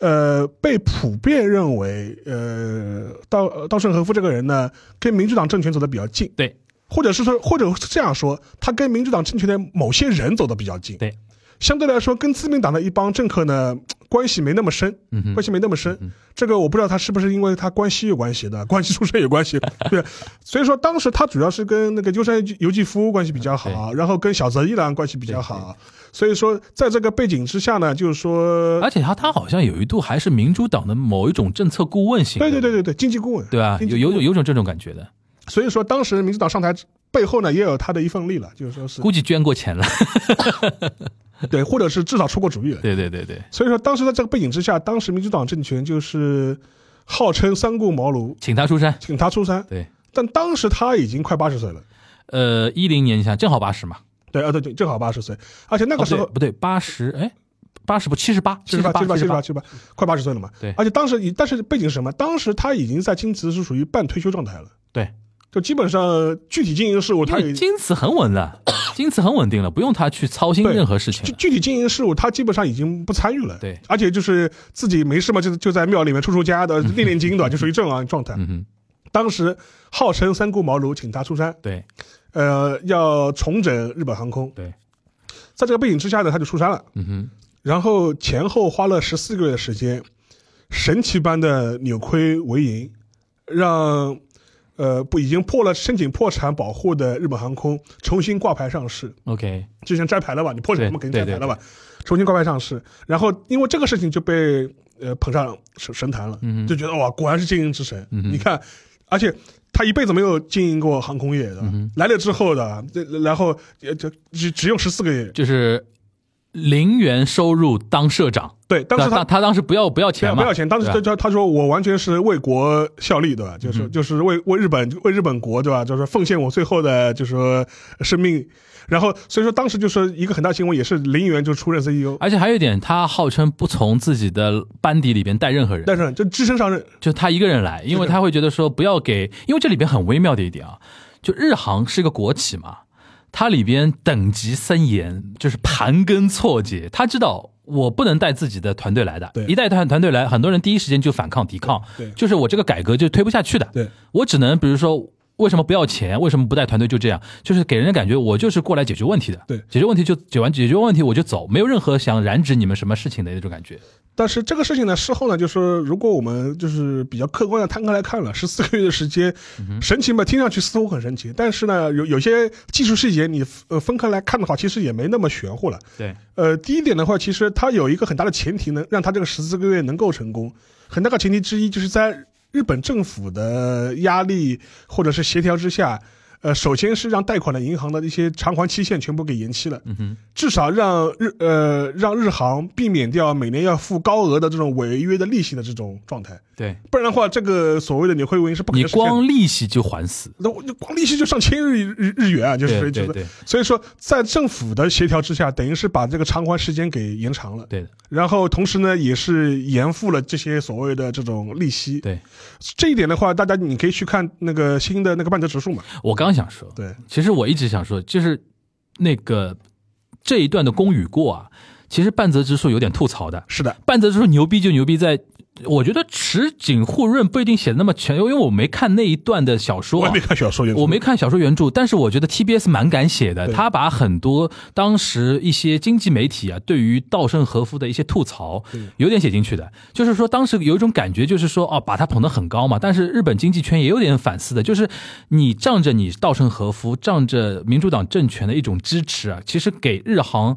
呃，被普遍认为呃，稻呃稻盛和夫这个人呢，跟民主党政权走得比较近，对，或者是说，或者是这样说，他跟民主党政权的某些人走得比较近，对，相对来说，跟自民党的一帮政客呢。关系没那么深，嗯哼关，系没那么深。这个我不知道他是不是因为他关系有关系的， 关系出身有关系。对，所以说当时他主要是跟那个鸠山由纪夫关系比较好，然后跟小泽一郎关系比较好。所以说在这个背景之下呢，就是说，而且他他好像有一度还是民主党的某一种政策顾问型的，对对对对对，经济顾问。对吧？经济有有种有种这种感觉的，所以说当时民主党上台背后呢，也有他的一份力了，就是说是估计捐过钱了。对，或者是至少出过主意了。对对对对，所以说当时在这个背景之下，当时民主党政权就是号称三顾茅庐，请他出山。请他出山。对，但当时他已经快八十岁了。呃，一零年你想正好八十嘛？对，啊对对，正好八十岁，而且那哦个不时对候不对，八十哎，八十不七十八，七十八、七七十八、七十十八、八七，十八，快八十岁了嘛。对而且当时已，但是背景是什么？当时他已经在京瓷是属于半退休状态了。对，就基本上具体经营事务因他为已经。京瓷很稳了，京瓷很稳定了，不用他去操心对任何事情具了。具体经营事务，他基本上已经不参与了。对，而且就是自己没事嘛，就就在庙里面出出家的，练练经的，就属于这种啊状态。嗯哼，当时号称三顾茅庐，请他出山，对呃，要重整日本航空。对，在这个背景之下呢，他就出山了。嗯哼，然后前后花了十四个月的时间，神奇般的扭亏为盈，让呃不已经破了申请破产保护的日本航空重新挂牌上市， OK，就像摘牌了吧，你破产对我们肯定摘对牌了吧，重新挂牌上市。然后因为这个事情就被呃捧上神神坛了，嗯哼就觉得哇，果然是经营之神。嗯哼你看，而且他一辈子没有经营过航空业的，嗯来了之后的，这然后呃就只只用十四个月，就是零元收入当社长，对，当时他他他当时不要不要不要钱不嘛，要钱，当时对他吧他他说我完全是为国效力，对吧？就是、嗯就是为为日本为日本国，对吧？就是奉献我最后的就是说生命。然后所以说当时就是一个很大新闻，也是林元就出任 E CEO，而且还有一点，他号称不从自己的班底里边带任何人，但是就只身上任，就他一个人来，因为他会觉得说不要给，因为这里边很微妙的一点啊，就日航是一个国企嘛，它里边等级森严，就是盘根错节，他知道。我不能带自己的团队来的对，一带团团队来，很多人第一时间就反抗抵抗对对，就是我这个改革就推不下去的。对我只能比如说，为什么不要钱？为什么不带团队？就这样，就是给人的感觉我就是过来解决问题的。对解决问题就解完，解决问题我就走，没有任何想染指你们什么事情的那种感觉。但是这个事情呢，事后呢，就是说如果我们就是比较客观的摊开来看了，十四个月的时间，神奇嘛，听上去似乎很神奇，但是呢，有有些技术细节你呃分开来看的话，其实也没那么玄乎了。对，呃，第一点的话，其实它有一个很大的前提呢，让它这个十四个月能够成功，很大的前提之一就是在日本政府的压力或者是协调之下，呃，首先是让贷款的银行的一些偿还期限全部给延期了，嗯哼，至少让日呃让日航避免掉每年要付高额的这种违约的利息的这种状态，对不然的话，这个所谓的扭亏为盈是不可你能实现的。光利息就还死。那我光利息就上千日日日元啊，就是对对就是对所以说，在政府的协调之下，等于是把这个偿还时间给延长了，对的，然后同时呢，也是延付了这些所谓的这种利息。对这一点的话，大家你可以去看那个新的那个半泽指数嘛。我刚想说，对，其实我一直想说，就是那个这一段的功与过啊，其实半泽直树有点吐槽的。是的，半泽直树牛逼就牛逼在，我觉得池井户润不一定写的那么全，因为我没看那一段的小说、我也啊没。看小说原著，我没看小说原著，但是我觉得 TBS 蛮敢写的，对他把很多当时一些经济媒体啊对于稻盛和夫的一些吐槽嗯，有点写进去的。就是说当时有一种感觉，就是说哦，把他捧得很高嘛，但是日本经济圈也有点反思的，就是你仗着你稻盛和夫，仗着民主党政权的一种支持啊，其实给日航。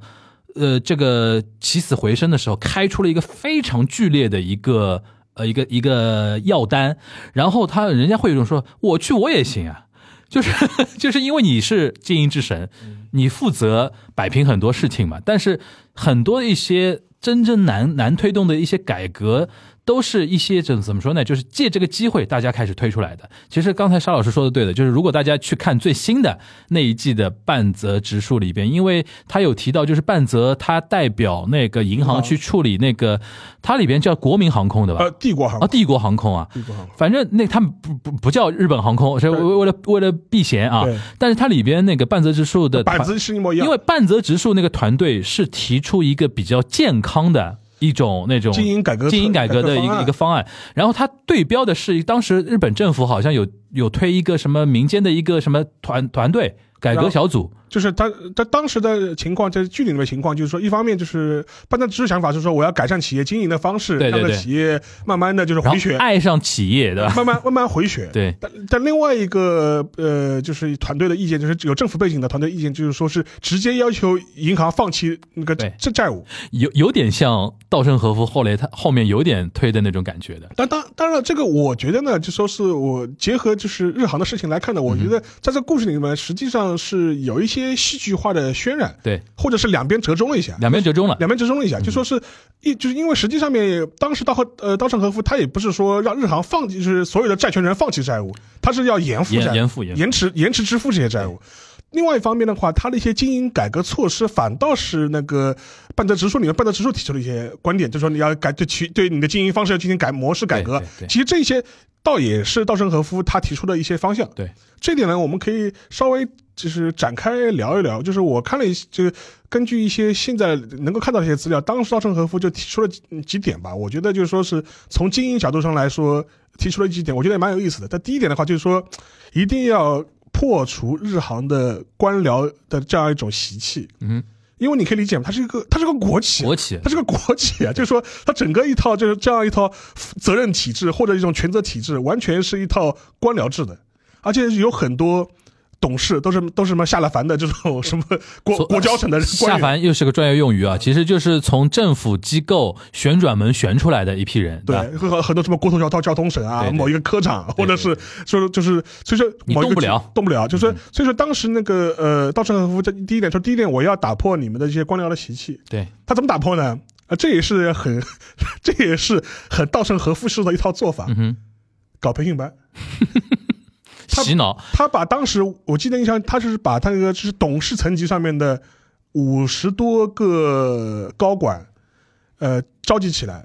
呃，这个起死回生的时候，开出了一个非常剧烈的一个呃一个一个药单，然后他人家会有一种说，我去我也行啊，就是 就是因为你是经营之神，你负责摆平很多事情嘛，但是很多一些真正难难推动的一些改革。都是一些怎怎么说呢？就是借这个机会，大家开始推出来的。其实刚才沙老师说的对的，就是如果大家去看最新的那一季的半泽直树里边，因为他有提到，就是半泽他代表那个银行去处理那个，它里边叫国民航空的吧呃，？帝国航啊，空，帝国航空啊，帝国航空，反正那他们不不不叫日本航空，是为对为了为了避嫌啊对。但是它里边那个半泽直树的板团，子是一模一样，因为半泽直树那个团队是提出一个比较健康的一种那种经营改革经营改革的一方个案一个方案，然后它对标的是当时日本政府好像有有推一个什么民间的一个什么团团队改然后革小组，就是他他当时的情况，就是剧里面的情况，就是说，一方面就是半泽直树想法是说，我要改善企业经营的方式，对对让这对企业慢慢的就是然回后血，爱上企业对吧？慢慢慢慢回血。对但但另外一个呃，就是团队的意见，就是有政府背景的团队意见，就是说是直接要求银行放弃那个对这债务。有有点像稻盛和夫后来他后面有点推的那种感觉的，但当当然了，这个我觉得呢，就说是我结合就是日航的事情来看呢，我觉得在这个故事里面实际上是有一些戏剧化的渲染，对，或者是两边嗯折中了一下。两边折中了。两边折中了一下，就说是一就是因为实际上面当时稻和呃稻盛和夫他也不是说让日航放弃，就是所有的债权人放弃债务，他是要延付债严务严复严复延迟延迟支付这些债务。另外一方面的话，他的一些经营改革措施反倒是那个半泽直树里面半泽直树提出了一些观点，就是说你要改对其对你的经营方式要进行改模式改革对对。对其实这些倒也是稻盛和夫他提出的一些方向。对这点呢，我们可以稍微就是展开聊一聊。就是我看了一些，就是根据一些现在能够看到的一些资料，当时稻盛和夫就提出了几几点吧。我觉得就是说是从经营角度上来说，提出了几点，我觉得也蛮有意思的。但第一点的话，就是说一定要破除日航的官僚的这样一种习气。嗯哼，因为你可以理解嘛，它是一个它是个国企啊，国企它是个国企啊， 就是说它整个一套就是这样一套责任体制或者一种权责体制，完全是一套官僚制的，而且有很多董事都是都是什么下了凡的这种什么国所国交省的下官员。凡又是个专业用语啊，其实就是从政府机构旋转门旋出来的一批人，对吧？，很很多什么国土交通交通省啊，对对某一个科长，对或者是说就是，所以说你某一个动不局了，嗯动不了，就是所以说当时那个呃，稻盛和夫这第一点说，第一点我要打破你们的这些官僚的习气，对，他怎么打破呢？啊，这也是很， 这也是很稻盛和夫式的一套做法，嗯哼，搞培训班。他洗脑，他把当时我记得印象，他是把他那个就是董事层级上面的五十多个高管，呃，召集起来，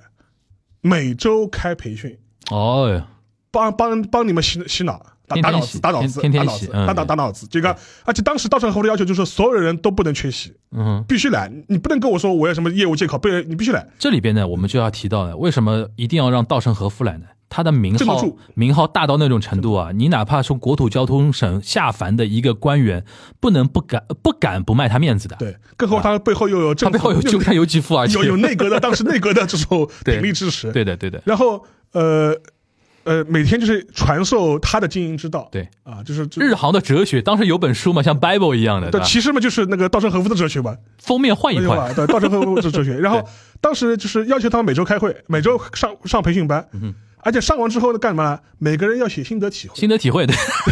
每周开培训，哦哟，帮帮帮你们洗洗脑。打天天打脑洗子，打脑子，天天打天脑洗子，嗯打打打脑子。这个，而且当时稻盛和夫的要求就是，所有人都不能缺席，嗯哼。必须来，你不能跟我说我有什么业务借口，不，你必须来。这里边呢，我们就要提到呢，为什么一定要让稻盛和夫来呢？他的名镇得号住名号大到那种程度啊，你哪怕从国土交通省下凡的一个官员，不能不敢不敢不卖他面子的。，对，更何况他背后又有他政背府，后有 纠又察游击夫啊，有有内阁的，当时内阁的这种 对鼎力支持。对的对的，然后呃呃，每天就是传授他的经营之道。对啊，就是就日航的哲学，当时有本书嘛，像 Bible 一样的，对，吧？其实啊嘛就是那个稻盛和夫的哲学嘛，封面换一对换，哎吧？对，稻盛和夫的 哲学。然后当时就是要求他们每周开会，每周上上培训班，嗯而且上完之后呢，干嘛呢？每个人要写心得体会。心得体会的。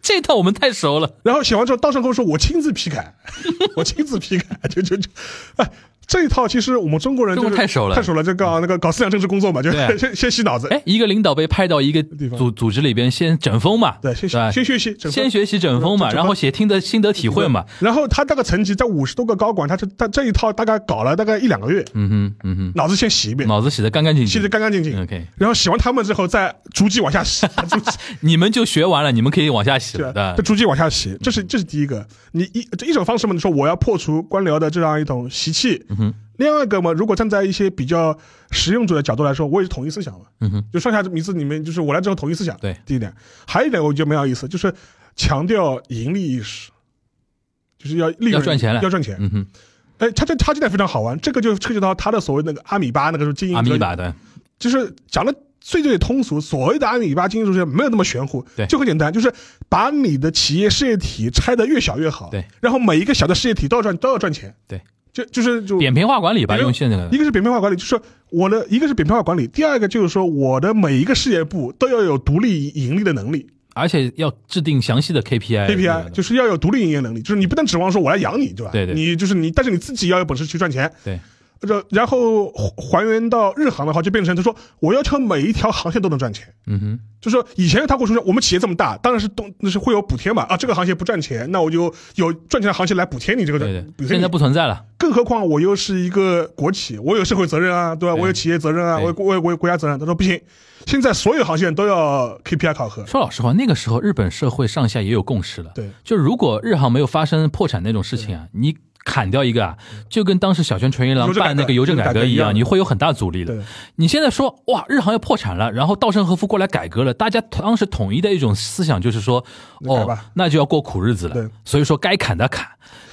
这套我们太熟了，然后写完之后，稻盛和夫说：“我亲自批改， 我亲自批改。”就就就，哎。这一套其实我们中国人就中是国太熟了嗯太熟了。就搞那个搞思想政治工作嘛，就对啊 先先洗脑子，哎，一个领导被派到一个地方组组织里边，先整风嘛，对，先吧先学习，整个先学习整风嘛，整风然后写听的心得体会嘛，然后他这个层级在五十多个高管，他这他这一套大概搞了大概一两个月，嗯哼嗯哼，脑子先洗一遍，脑子洗得干干净洗净得。干干净净。 OK，然后洗完他们之后，再逐级往下洗， 逐级你们就学完了，你们可以往下洗对了吧的啊这。逐级往下洗，这嗯是这是第一个。你一这一种方式嘛，你说我要破除官僚的这样一种习气。嗯哼另外一个嘛，如果站在一些比较实用主义的角度来说，我也是统一思想嘛。嗯哼，就上下名字里面，就是我来之后统一思想。对第一点，还有一点我觉得蛮有意思，就是强调盈利意识，就是要利润要赚钱了要赚钱。嗯哼，哎，他这他这点非常好玩，这个就涉及到他的所谓那个阿米巴那个什么经营阿哲米学，巴的，就是讲的最最通俗，所谓的阿米巴经营哲学没有那么玄乎，对就很简单，就是把你的企业事业体拆得越小越好，对，然后每一个小的事业体都要赚都要赚钱，对，就就是就扁平化管理吧，比如用现在的一个是扁平化管理，就是我的一个是扁平化管理，第二个就是说我的每一个事业部都要有独立盈利的能力而且要制定详细的 KPI 之类的。 ，KPI 就是要有独立营业能力，就是你不能指望说我来养你，对吧？对对你就是你，但是你自己要有本事去赚钱，对，然然后还还原到日航的话，就变成他说我要求每一条航线都能赚钱。嗯哼，就说以前他会说，我们企业这么大，当然是动那是会有补贴嘛啊，这个航线不赚钱，那我就有赚钱的航线来补贴你这个对补对，贴现你在。不存在了，更何况我又是一个国企，我有社会责任啊，对吧？对我有企业责任啊，对我有我有我有国家责任。他说不行，现在所有航线都要 KPI 考核。说老实话，那个时候日本社会上下也有共识了。对，就如果日航没有发生破产那种事情啊，你砍掉一个啊，就跟当时小泉纯一郎邮政嗯改办革那个邮政改革一邮政改革一样，样你会有很大阻力的对。你现在说哇，日航要破产了，然后稻盛和夫过来改革了，大家当时统一的一种思想就是说，那改哦吧，那就要过苦日子了对。所以说该砍的砍，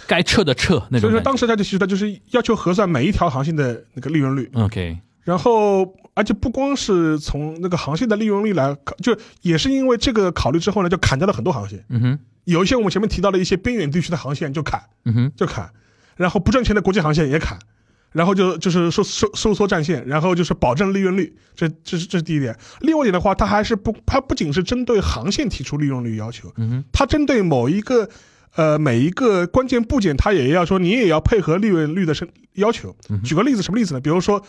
该撤的撤那种所以说感觉。当时他就提出，他就是要求核算每一条航线的那个利润率， OK，然后而且不光是从那个航线的利润率来考，就也是因为这个考虑之后呢，就砍掉了很多航线，嗯哼，有一些我们前面提到的一些边远地区的航线就砍。嗯哼，就砍，然后不赚钱的国际航线也砍，然后就就是收收收缩战线，然后就是保证利润率，这这是这是第一点。另外一点的话，它还是不，它不仅是针对航线提出利润率要求，嗯，它针对某一个。呃，每一个关键部件，它也要说你也要配合利润率的申要求。举个例子，什么例子呢？比如说，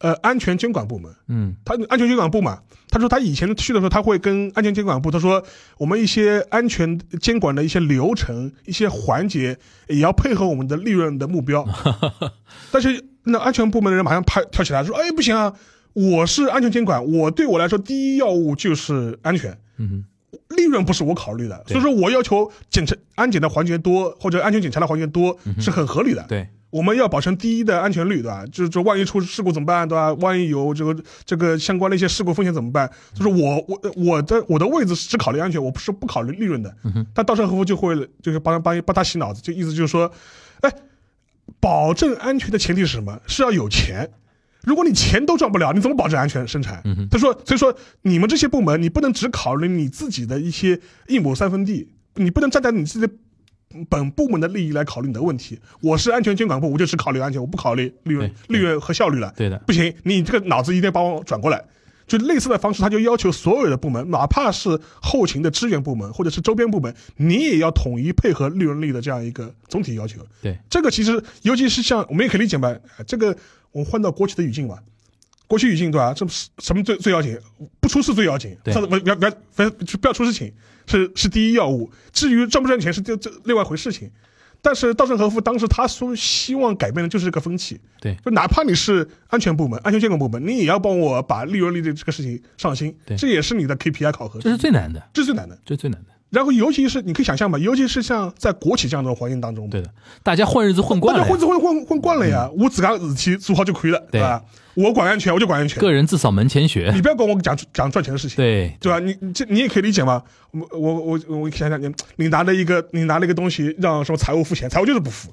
呃，安全监管部门，嗯他安全监管部嘛，他说他以前去的时候，他会跟安全监管部，他说我们一些安全监管的一些流程、一些环节也要配合我们的利润的 目标。但是那安全部门的人马上拍跳起来说：“哎，不行啊，我是安全监管，我对我来说第一要务就是安全。”嗯哼。利润不是我考虑的，所以说我要求检查安检的环节多或者安全检查的环节多嗯是很合理的。对，我们要保证第一的安全率，对吧？就是这万一出事故怎么办，对吧？万一有这个这个相关的一些事故风险怎么办？就是我我我的我的位置是只考虑安全，我不是不考虑嗯利润的。但稻盛和夫就会就是帮帮帮他洗脑子，就意思就是说，哎，保证安全的前提是什么？是要有钱。如果你钱都赚不了，你怎么保证安全生产？嗯他说，所以说你们这些部门，你不能只考虑你自己的一些一亩三分地，你不能站在你自己的本部门的利益来考虑你的问题。我是安全监管部，我就只考虑安全，我不考虑利润、利对润和效率了。对的不行，你这个脑子一定要帮我转过来。就类似的方式，他就要求所有的部门，哪怕是后勤的支援部门或者是周边部门，你也要统一配合利润率的这样一个总体要求。对，这个其实，尤其是像我们也可以理解吧，啊这个我们换到国企的语境吧，国企语境对吧？这是什么最最要紧？不出事最要紧，对上次不不要不要不要不要出事情是是第一要务，至于赚不赚钱是这这另外一回事情。但是稻盛和夫当时他所希望改变的就是这个风气，对就哪怕你是安全部门、安全监管部门，你也要帮我把利润率的这个事情上新，对这也是你的 KPI 考核，这是最难的，这是最难的。这是最难的。然后尤其是你可以想象吧，尤其是像在国企这样的环境当中，对的，大家混日子混惯那了呀，就嗯混混混混惯了呀，我自家事体做好就可以了，对吧？我管安全，我就管安全，个人自扫门前雪你。不要跟我讲讲赚钱的事情，对对吧？啊你你这你也可以理解嘛。我我我我想想，你你拿了一个你拿了一个东西让什么财务付钱，财务就是不付。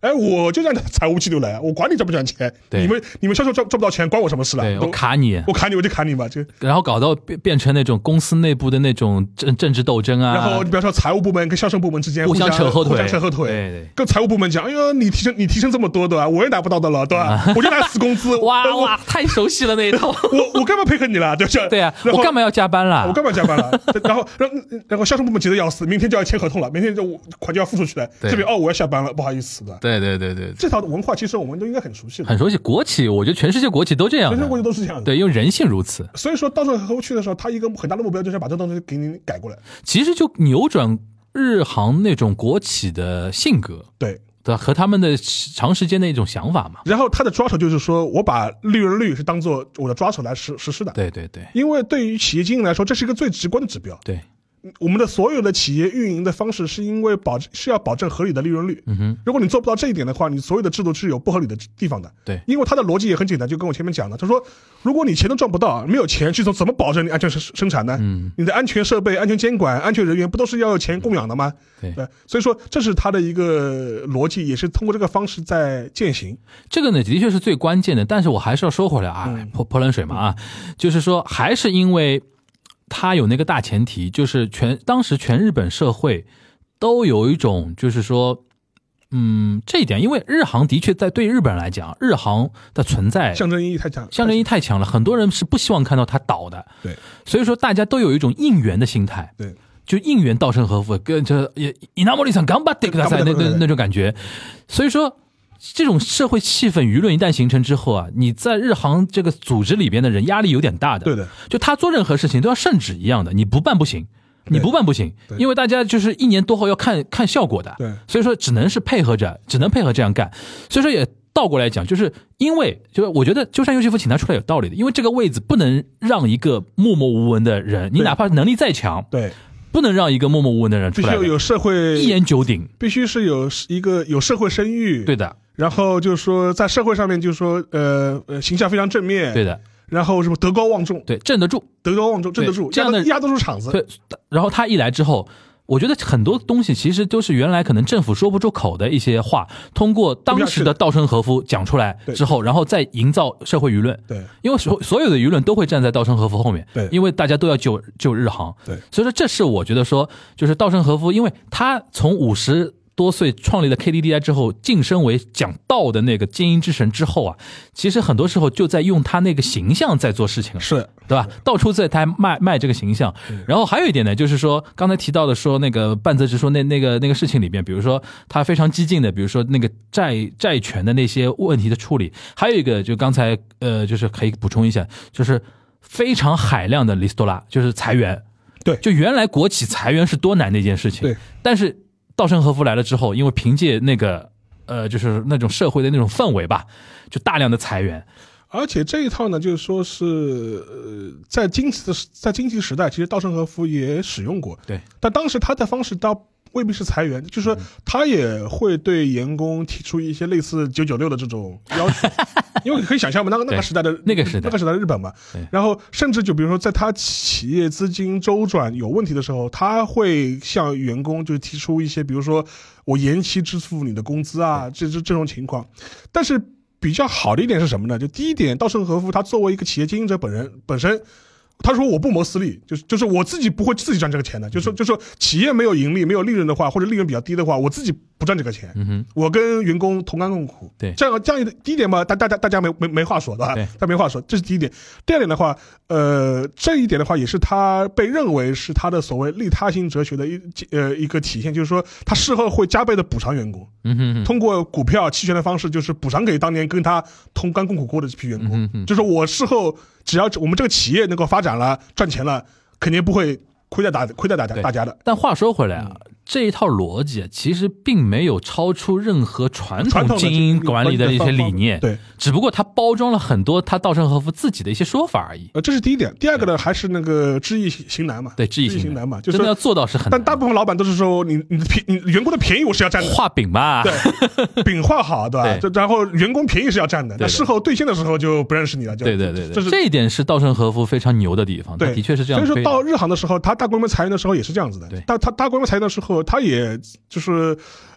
哎，我就让财务记录来，啊我管你赚不赚钱，对你们你们销售赚赚不到钱，关我什么事了？对，啊都我卡你，我砍你，我就砍你吧，就然后搞到变变成那种公司内部的那种政政治斗争啊，然后你比方说财务部门跟销售部门之间互相相扯后腿互相扯后对腿对。跟财务部门讲，哎呦，你提升你提升这么多对吧？我也拿不到的了，对吧？我就拿死工资，啊 哇我哇，太熟悉了那一 套。我我干嘛配合你了？对不对？对啊，然后我干嘛要加班啦？我干嘛加班 了？然后，然后，然后销售部门急得要死，明天就要签合同了，明天就款就要付出去了。对这边哦，我要下班了，不好意思的。对对对对，这套文化其实我们都应该很熟悉的很，熟悉。国企，我觉得全世界国企都这样全的世界国家都是这样的。对，因为人性如此。所以说，到时候和我去的时候，他一个很大的目标就是要把这东西给你改过来。其实就扭转日航那种国企的性格对，的和他们的长时间的一种想法嘛。然后他的抓手就是说我把利润率是当做我的抓手来实实施的。对对对因为对于企业经营来说，这是一个最直观的指标。对，我们的所有的企业运营的方式是因为保是要保证合理的利润率。嗯哼，如果你做不到这一点的话，你所有的制度是有不合理的地方的。对因为他的逻辑也很简单，就跟我前面讲的，他说，如果你钱都赚不到，没有钱去做，怎么保证你安全生生产呢？嗯，你的安全设备、安全监管、安全人员不都是要有钱供养的吗？对所以说这是他的一个逻辑，也是通过这个方式在践行。这个呢的确是最关键的，但是我还是要说回来啊，泼泼冷水嘛啊，就是说还是因为它有那个大前提，就是全当时全日本社会都有一种就是说。嗯，这一点，因为日航的确在对日本人来讲，日航的存在象征意义太强，象征意义太强了，很多人是不希望看到它倒的。对，所以说大家都有一种应援的心态。对。就应援稻盛和夫，跟这也伊纳莫里桑干巴得给他塞那干巴得那对那种感觉，所以说这种社会气氛舆论一旦形成之后啊，你在日航这个组织里边的人压力有点大的，对的，就他做任何事情都要圣旨一样的，你不办不行，你不办不行，对因为大家就是一年多后要看看效果的，对所以说只能是配合着，只能配合这样干，所以说也。倒过来讲，就是因为，就是我觉得鸠山由纪夫请他出来有道理的，因为这个位子不能让一个默默无闻的人，你对哪怕能力再强，对，不能让一个默默无闻的人必出须来要的，有社会一言九鼎。必须是有一个有社会声誉，对的，然后就是说在社会上面就是说呃呃形象非常正面，对，的，然后什么德高望重，对，镇得住。德高望重镇得住，对这样的压得压得住场子，对，然后他一来之后，我觉得很多东西其实都是原来可能政府说不出口的一些话，通过当时的稻盛和夫讲出来之后，然后再营造社会舆论。对因为所所有的舆论都会站在稻盛和夫后面，对因为大家都要救救日航，对所以说这是我觉得说，就是稻盛和夫，因为他从五十多岁创立了 KDDI 之后，晋升为讲道的那个精英之神之后啊，其实很多时候就在用他那个形象在做事情了。是对吧？到处在他卖卖这个形象，然后还有一点呢，就是说刚才提到的说那个半泽直说那那个那个事情里面，比如说他非常激进的，比如说那个债债权的那些问题的处理，还有一个就刚才呃，就是可以补充一下，就是非常海量的 l i s t o l a 就是裁员，对就原来国企裁员是多难的一件事情，对，但是稻盛和夫来了之后，因为凭借那个呃，就是那种社会的那种氛围吧，就大量的裁员，而且这一套呢，就是说是呃，在经济的时在经济时代，其实稻盛和夫也使用过，对，但当时他的方式倒未必是裁员，就是嗯 说他也会对员工提出一些类似九九六的这种要求，因为可以想象嘛，那个那个对时代的那个时代那个时代的日本嘛对，然后甚至就比如说，在他企业资金周转有问题的时候，他会向员工就提出一些，比如说我延期支付你的工资啊，这这这种情况。但是比较好的一点是什么呢？就第一点，稻盛和夫他作为一个企业经营者本人本身，他说我不谋私利，就是就是我自己不会自己赚这个钱的，就嗯是说就是说企业没有盈利、没有利润的话，或者利润比较低的话，我自己不赚这个钱，嗯哼，我跟员工同甘共苦。对这样这样一第一点嘛，大大家大家没没没话说的，对他没话说，这是第一点。第二点的话，呃，这一点的话也是他被认为是他的所谓利他型哲学的一呃一个体现，就是说他事后会加倍的补偿员工，嗯哼，通过股票期权的方式，就是补偿给当年跟他同甘共苦过的这批员工。嗯哼，就是我事后只要我们这个企业能够发展了、赚钱了，肯定不会亏待大亏待大家对大家的。但话说回来嗯啊，这一套逻辑其实并没有超出任何传传统统的经营管理的一些理念，对，只不过它包装了很多他稻盛和夫自己的一些说法而已。呃，这是第一点。第二个呢，还是那个知易行难嘛，对，知易知易行难嘛，就真的要是。做到是很但难大的。部分老板都是说你你的便你员工的便宜我是要占的，画饼吧，对， 饼画好对吧？对这然后员工便宜是要占的，对那的事后兑现的时候就不认识你了，就对对对这对，是这一点是稻盛和夫非常牛的地方，他对，的确是这样所以推说的。到日航的时候，他大规模裁员的时候也是这样子的。对大他大规模裁员的时候，他也就是。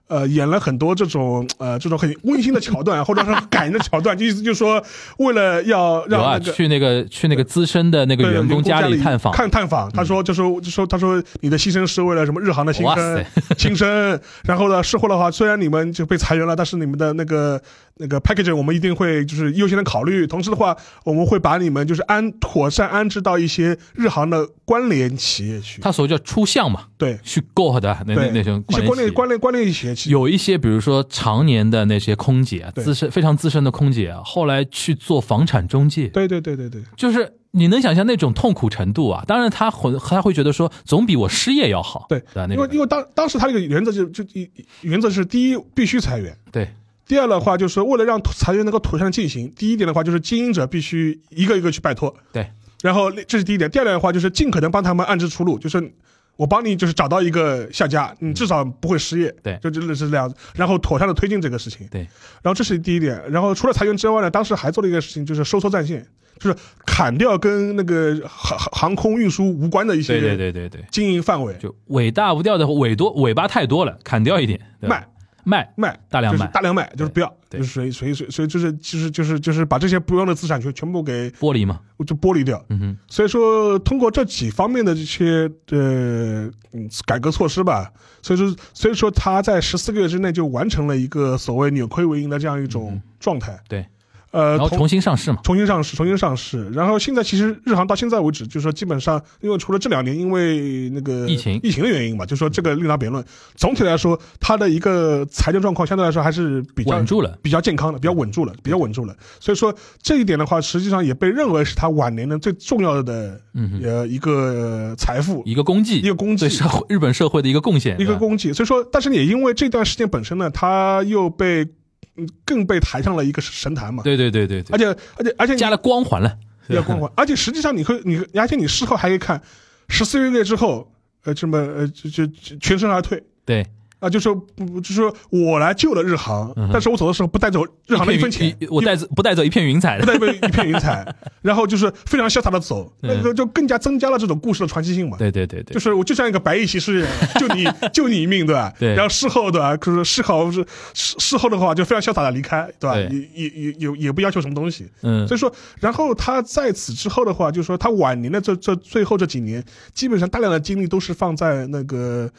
呃，演了很多这种呃这种很温馨的桥段，啊或者是很感人的桥段，就意 思就是说，为了要有让啊，那个去那个去那个资深的那个对员工家里探访，嗯看探访，他说就说就说他说你的牺牲是为了什么日航的新哇生塞 新生，然后呢事后的话，虽然你们就被裁员了，但是你们的那个那个 package 我们一定会就是优先的考虑，同时的话，我们会把你们就是安妥善安置到一些日航的关联企业去，他所谓叫出项嘛，对去 go 的那那对，那种一些关联系关联关联企业去，有一些，比如说常年的那些空姐啊，对资深非常资深的空姐啊，后来去做房产中介，对对对对对就是你能想象那种痛苦程度啊。当然他会他会觉得说，总比我失业要好，对吧？啊那因为种因为当当时他这个原则就就一原则是第一必须裁员。对第二的话，就是为了让裁员能够妥善进行，第一点的话就是经营者必须一个一个去拜托，对然后这是第一点。第二点的话就是尽可能帮他们暗置出路，就是我帮你就是找到一个下家，你至少不会失业，对就真的是这样子。然后妥善的推进这个事情，对。然后这是第一点。然后除了裁员之外呢，当时还做了一个事情，就是收缩战线，就是砍掉跟那个航航空运输无关的一对对些对对对，经营范围，就尾大不掉的尾多尾巴太多了，砍掉一点，对吧卖卖卖大量就是卖大量卖就是不要，对就是所以所以所以所以就是就是就是就是把这些不用的资产全全部给玻璃嘛，就剥离掉。嗯哼，所以说，通过这几方面的这些呃嗯改革措施吧，所以说所以说他在十四个月之内就完成了一个所谓扭亏为盈的这样一种状态。嗯对，呃，然后同重新上市嘛，重新上市，重新上市。然后现在其实日航到现在为止，就是说基本上，因为除了这两年因为那个疫情疫情的原因嘛，就说这个另当别论。总体来说，它的一个财政状况相对来说还是比较稳住了。比较健康的，比较稳住了，比较稳住了。所以说这一点的话，实际上也被认为是他晚年的最重要的嗯哼，呃一个财富，一个功绩，一个功绩对社会日本社会的一个贡献，一对个吧功绩。所以说，但是也因为这段事件本身呢，他又被嗯更被抬上了一个神坛嘛。对对对对对而，且而且而啊且你加了光环了，要光环，而且实际上你会你而且你事后还可以看十四个月之后，呃，这么呃就就就全身而退。 对，啊，就说不，就说我来救了日航，嗯哼但是我走的时候不带走日航的一分钱，一我带走不带走一片云彩不的，带被一片云彩，然后就是非常潇洒的走，那个就更加增加了这种故事的传奇性嘛。对对对对就，是我就像一个白衣骑士一样，救你 救你一命，对吧？对然后事后对吧？就是事后是事事后的话，就非常潇洒的离开，对吧？对也也也也也不要求什么东西。嗯所以说，然后他在此之后的话，就是说他晚年的这这最后这几年，基本上大量的精力都是放在那个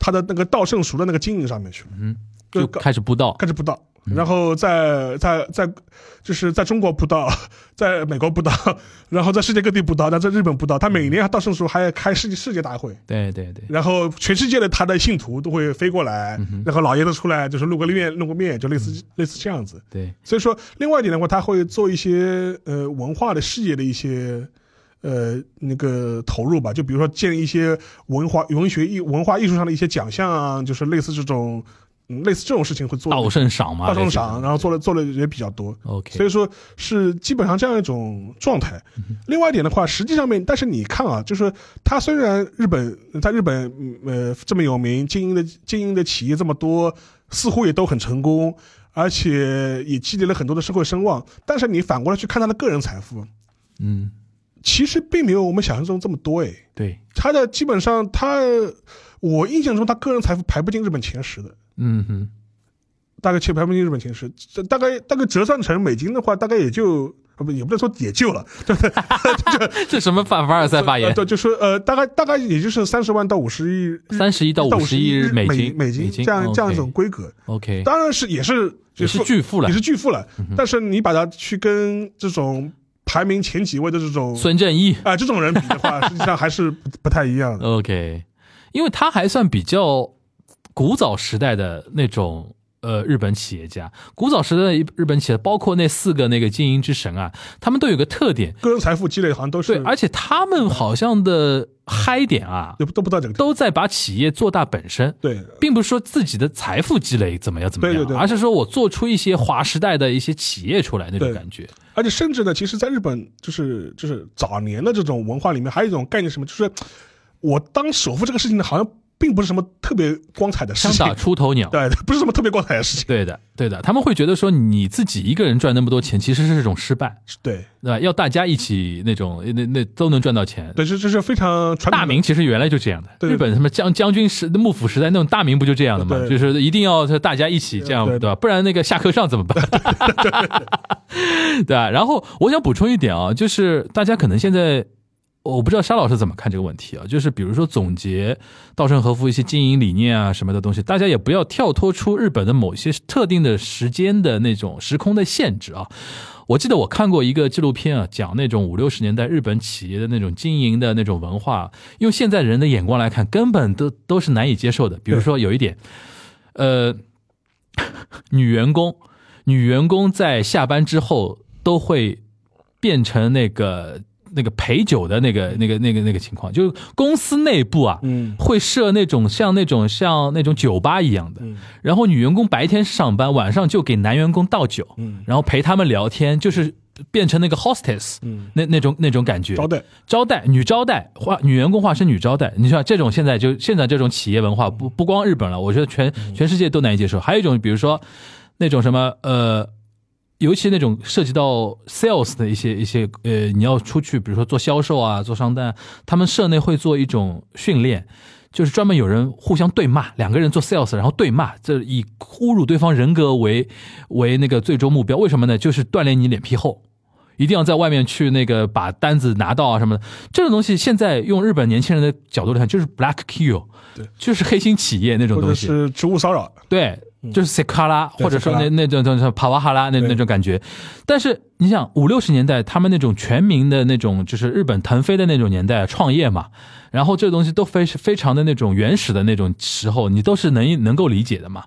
他的那个稻盛熟的那个经营上面去了。嗯，就就开始布道，开始布道，然后在在在就是在中国布道， 在美国布道， 然后在世界各地布道，但在日本布道，他每年到盛时候还开世界世界大会。对对对，然后全世界的他的信徒都会飞过来，然后老爷子出来就是露个面，露个面，就类似、类似这样子。对，所以说，另外一点的话，他会做一些呃文化的事业的一些呃那个投入吧，就比如说建一些文化、文学艺、文化艺术上的一些奖项啊，就是类似这种，嗯，类似这种事情会做稻盛赏嘛，大众啊类赏，似然后做了做了也比较多。 ，OK，所以说是基本上这样一种状态。嗯另外一点的话，实际上面，但是你看啊，就是它虽然日本在日本嗯呃这么有名，经营的经营的企业这么多，似乎也都很成功。而且也积累了很多的社会声望。但是你反过来去看他的个人财富，嗯，其实并没有我们想象中这么多诶。对，他的基本上他，我印象中他个人财富排不进日本前十的，嗯哼，大概去排不进日本前十，这大概大概折算成美金的话，大概也就啊不也不能说也就了， 这什么凡凡尔赛发呃言？对，就说呃大概大概也就是三十万到五十亿日三十亿到到五十亿日美金，美金这样这样一种规格， ，OK，当然是也是也就是是巨富了嗯也。是巨富了，但是你把它去跟这种排名前几位的这种孙正义啊、这种人比的话，实际上还是不不太一样 哦的。 ，OK，因为他还算比较古早时代的那种。呃，日本企业家，古早时代的日本企业，包括那四个那个经营之神啊，他们都有个特点，个人财富积累好像都是对，而且他们好像的嗨点啊，都不都不到这个地步都在把企业做大本身，对并不是说自己的财富积累怎么样怎么样，啊对对对而是说我做出一些划时代的一些企业出来那种对感觉。而且甚至呢，其实，在日本就是就是早年的这种文化里面，还有一种概念是什么，就是我当首富这个事情呢，好像并不是什么特别光彩的事枪打情，出头鸟， 对，不是什么特别光彩的事情，对的，对的，他们会觉得说你自己一个人赚那么多钱，其实是一种失败，对对吧？要大家一起那种，那那都能赚到钱。对，这这是非常传统的大明其实原来就这样的，对对日本什么将将军时幕府时代那种大明不就这样的嘛？对就是一定要是大家一起这样，对对对吧？不然那个下课上怎么 办？对啊。然后我想补充一点啊，就是大家可能现在。我不知道沙老师怎么看这个问题啊，就是比如说总结稻盛和夫一些经营理念啊什么的东西，大家也不要跳脱出日本的某些特定的时间的那种时空的限制啊。我记得我看过一个纪录片啊，讲那种五六十年代日本企业的那种经营的那种文化，用现在人的眼光来看，根本都都是难以接受的。比如说有一点，呃，女员工，女员工在下班之后都会变成那个那个陪酒的那个那个那个那个情况，就是公司内部啊，嗯会设那种像那种像那种酒吧一样的，嗯然后女员工白天上班，晚上就给男员工倒酒，嗯然后陪他们聊天，就是变成那个 hostess，嗯，那那种那种感觉，招待招待女招待化女员工化身女招待，你像这种现在就现在这种企业文化不不光日本了，我觉得全全世界都难以接受。还有一种比如说那种什么呃，尤其那种涉及到 sales 的一些一些呃，你要出去比如说做销售啊、做商单啊，他们社内会做一种训练。就是专门有人互相对骂，两个人做 sales，然后对骂，这以侮辱对方人格为为那个最终目标。为什么呢？就是锻炼你脸皮厚。一定要在外面去那个把单子拿到啊什么的。这种东西现在用日本年轻人的角度来看，就是 black kill，对，就是黑心企业那种或者东西，是职务骚扰，对，就是 s e k a l a 嗯对或者说 sekara 那那种那种帕瓦哈拉那对那种感觉。但是你想五六十年代他们那种全民的那种就是日本腾飞的那种年代创业嘛，然后这东西都非非常的那种原始的那种时候，你都是能能够理解的嘛。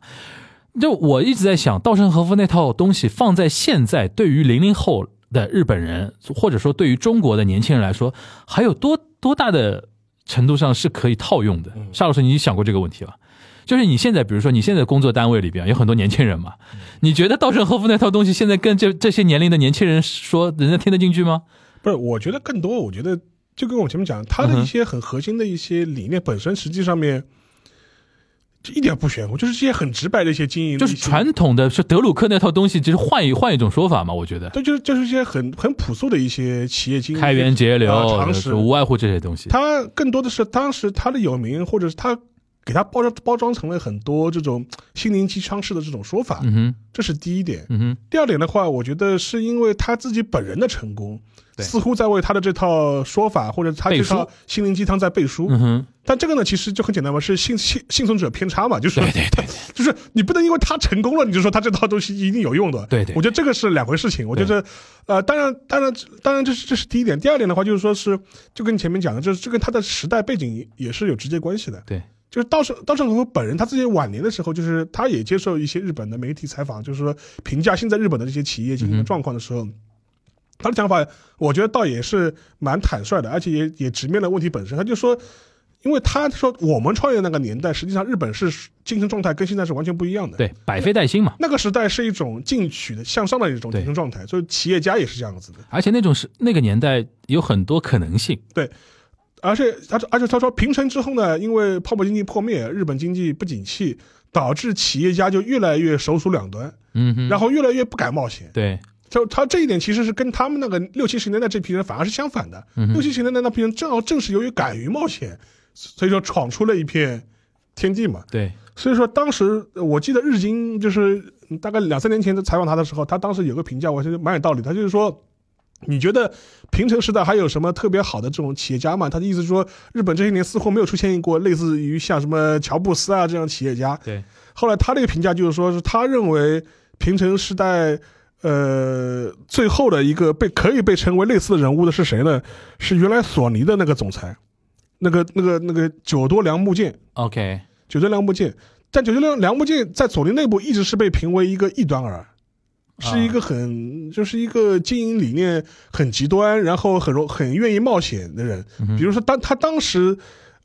就我一直在想，稻盛和夫那套东西放在现在，对于零零后的日本人，或者说对于中国的年轻人来说，还有多多大的程度上是可以套用的？嗯沙老师，你想过这个问题吗？就是你现在，比如说你现在工作单位里边有很多年轻人嘛，你觉得稻盛和夫那套东西现在跟这这些年龄的年轻人说，人家听得进去吗？不是，我觉得更多，我觉得就跟我前面讲，他嗯的哼一些很核心的一些理念本身，实际上面就一点不玄乎，就是这些很直白的一些经营的就一是些，传统的，是德鲁克那套东西，就是换一换一种说法嘛，我觉得。对，就是就是一些很很朴素的一些企业经营开源节流，啊常识就无外乎这些东西。他更多的是当时他的有名，或者是他给他包装包装成了很多这种心灵鸡汤式的这种说法，嗯哼，这是第一点。嗯哼，第二点的话，我觉得是因为他自己本人的成功，对似乎在为他的这套说法或者他这背套心灵鸡汤在背书。嗯哼，但这个呢，其实就很简单嘛，是幸幸幸存者偏差嘛，就是 对对对，就是你不能因为他成功了，你就说他这套东西一定有用的。对对我觉得这个是两回事情。我觉得，呃，当然，当然，当然，这是这是第一点。第二点的话，就是说是就跟前面讲的，就是这跟他的时代背景也是有直接关系的。对，就是稻盛稻盛和夫本人他自己晚年的时候，就是他也接受一些日本的媒体采访，就是说评价现在日本的这些企业经营嗯的哼状况的时候。他的讲法，我觉得倒也是蛮坦率的，而且也也直面了问题本身。他就说，因为他说我们创业那个年代，实际上日本是精神状态跟现在是完全不一样的。对，百废待兴嘛。那个时代是一种进取的、向上的一种对精神状态，所以企业家也是这样子的。而且那种是那个年代有很多可能性，而且，而且，而且他说平成之后呢，因为泡沫经济破灭，日本经济不景气，导致企业家就越来越手鼠两端。嗯哼，然后越来越不敢冒险。对，就他这一点其实是跟他们那个六七十年代这批人反而是相反的。六七十年代那批人正好正是由于敢于冒险，所以说闯出了一片天地嘛。对，所以说当时呃我记得日经就是嗯大概两三年前采访他的时候，他当时有个评价，我觉得蛮有道理。他就是说，你觉得平成时代还有什么特别好的这种企业家吗？他的意思是说，日本这些年似乎没有出现过类似于像什么乔布斯啊这样企业家。对。后来他这个评价就是说，是他认为平成时代。呃，最后的一个被可以被称为类似的人物的是谁呢？是原来索尼的那个总裁，那个那个那个久多良木健。 OK，九尊良木剑，但九尊良良木剑在索尼内部一直是被评为一个异端儿，啊是一个很、就是一个经营理念很极端，然后很容很愿意冒险的人。嗯哼比如说当他当时。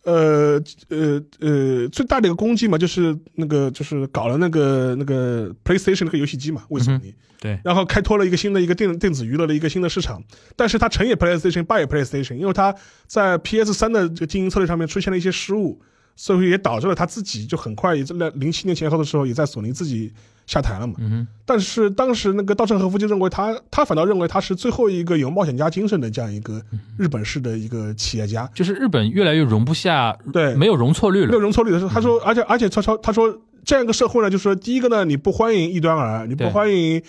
呃呃呃，最大的一个功绩嘛，就是那个就是搞了那个那个 PlayStation 那个游戏机嘛，为嗯索尼，对，然后开拓了一个新的一个电电子娱乐的一个新的市场。但是它成也 PlayStation，败也 PlayStation，因为它在 PS 三的这个经营策略上面出现了一些失误，所以也导致了他自己就很快也在零七年前后的时候也在索尼自己下台了嘛。嗯哼，但是当时那个稻盛和夫就认为他，他反倒认为他是最后一个有冒险家精神的这样一个嗯日本式的一个企业家。就是日本越来越容不下，对，没有容错率没了。有容错率的时候，他嗯说，而且而且他说他说这样一个社会呢，就是说第一个呢，你不欢迎异端儿，你不对欢迎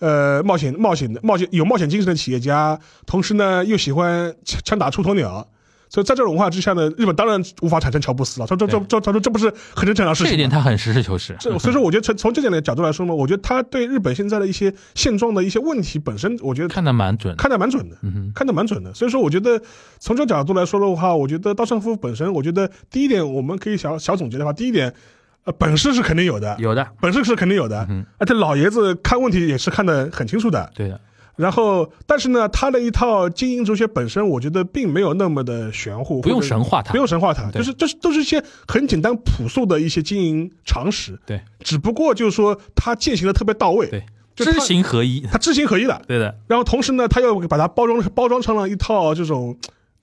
呃冒险冒险的冒险有冒险精神的企业家，同时呢又喜欢枪枪打出头鸟。所以在这种文化之下呢，日本当然无法产生乔布斯了。他说这对这这他说这不是很正常的事这一情点吗。他很实事求是。这所以说，我觉得从从这点的角度来说嘛，我觉得他对日本现在的一些现状的一些问题本身，我觉得看得蛮准的。看得蛮准的，嗯看得蛮准的。所以说，我觉得从这个角度来说的话，我觉得稻盛夫本身，我觉得第一点我们可以小小总结的话，第一点，呃，本事是肯定有的，有嗯的，本事是肯定有的，而且老爷子看问题也是看得很清楚的。对的，然后，但是呢，他的一套经营哲学本身，我觉得并没有那么的玄乎，不用或者神化它不。用神化它，对就是这是都是一些很简单朴素的一些经营常识，对，只不过就是说他践行的特别到位，对，就他知行合 一。他知行合一了。对的，然后同时呢，他又把它包装包装成了一套这种，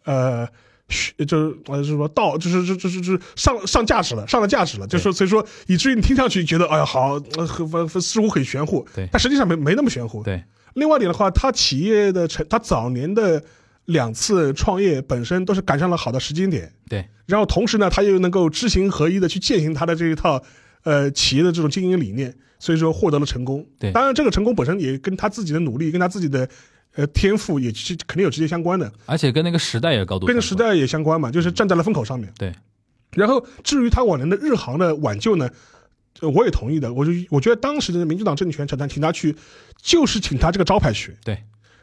呃，虚就是呃就是说道就是这这这这上上价值了，上了价值了，就是说所以说以至于你听上去觉得哎呀好，呃很很似乎很玄乎，对但实际上没没那么玄乎。对，另外一点的话，他企业的成他早年的两次创业本身都是赶上了好的时间点，对，然后同时呢，他又能够知行合一的去践行他的这一套呃企业的这种经营理念，所以说获得了成功。对当然这个成功本身也跟他自己的努力，跟他自己的呃天赋也是肯定有直接相关的，而且跟那个时代也高度跟相关着嗯时代也相关嘛，就是站在了风口上面。对，然后至于他往年的日航的挽救呢，呃我也同意的。我就我觉得当时的民主党政权请他请他去，就是请他这个招牌去。对，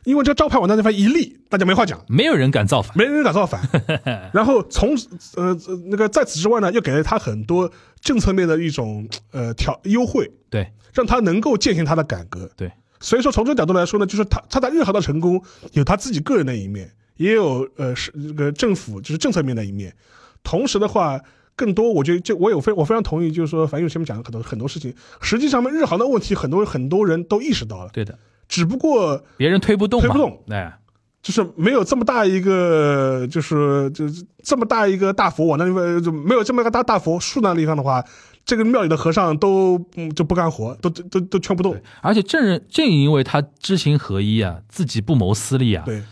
因为这个招牌往那地方一立，大家没话讲。没有人敢造反。没人敢造反。然后从此呃呃那个在此之外呢，又给了他很多政策面的一种呃调优惠，对，让他能够践行他的改革。对，所以说从这角度来说呢，就是他他在日航的成功有他自己个人的一面，也有呃是这个政府就是政策面的一面。同时的话，更多我觉得就我有非我非常同意，就是说樊玉前面讲的很多很多事情，实际上面日航的问题，很多很多人都意识到了，对的，只不过别人推不动嘛，推不动。哎，就是没有这么大一个，就是就是这么大一个大佛往那地方，呃就没有这么个大大佛竖那地方的话，这个庙里的和尚都嗯就不干活，都都都都劝不动。而且正人正因为他知行合一啊，自己不谋私利啊，对，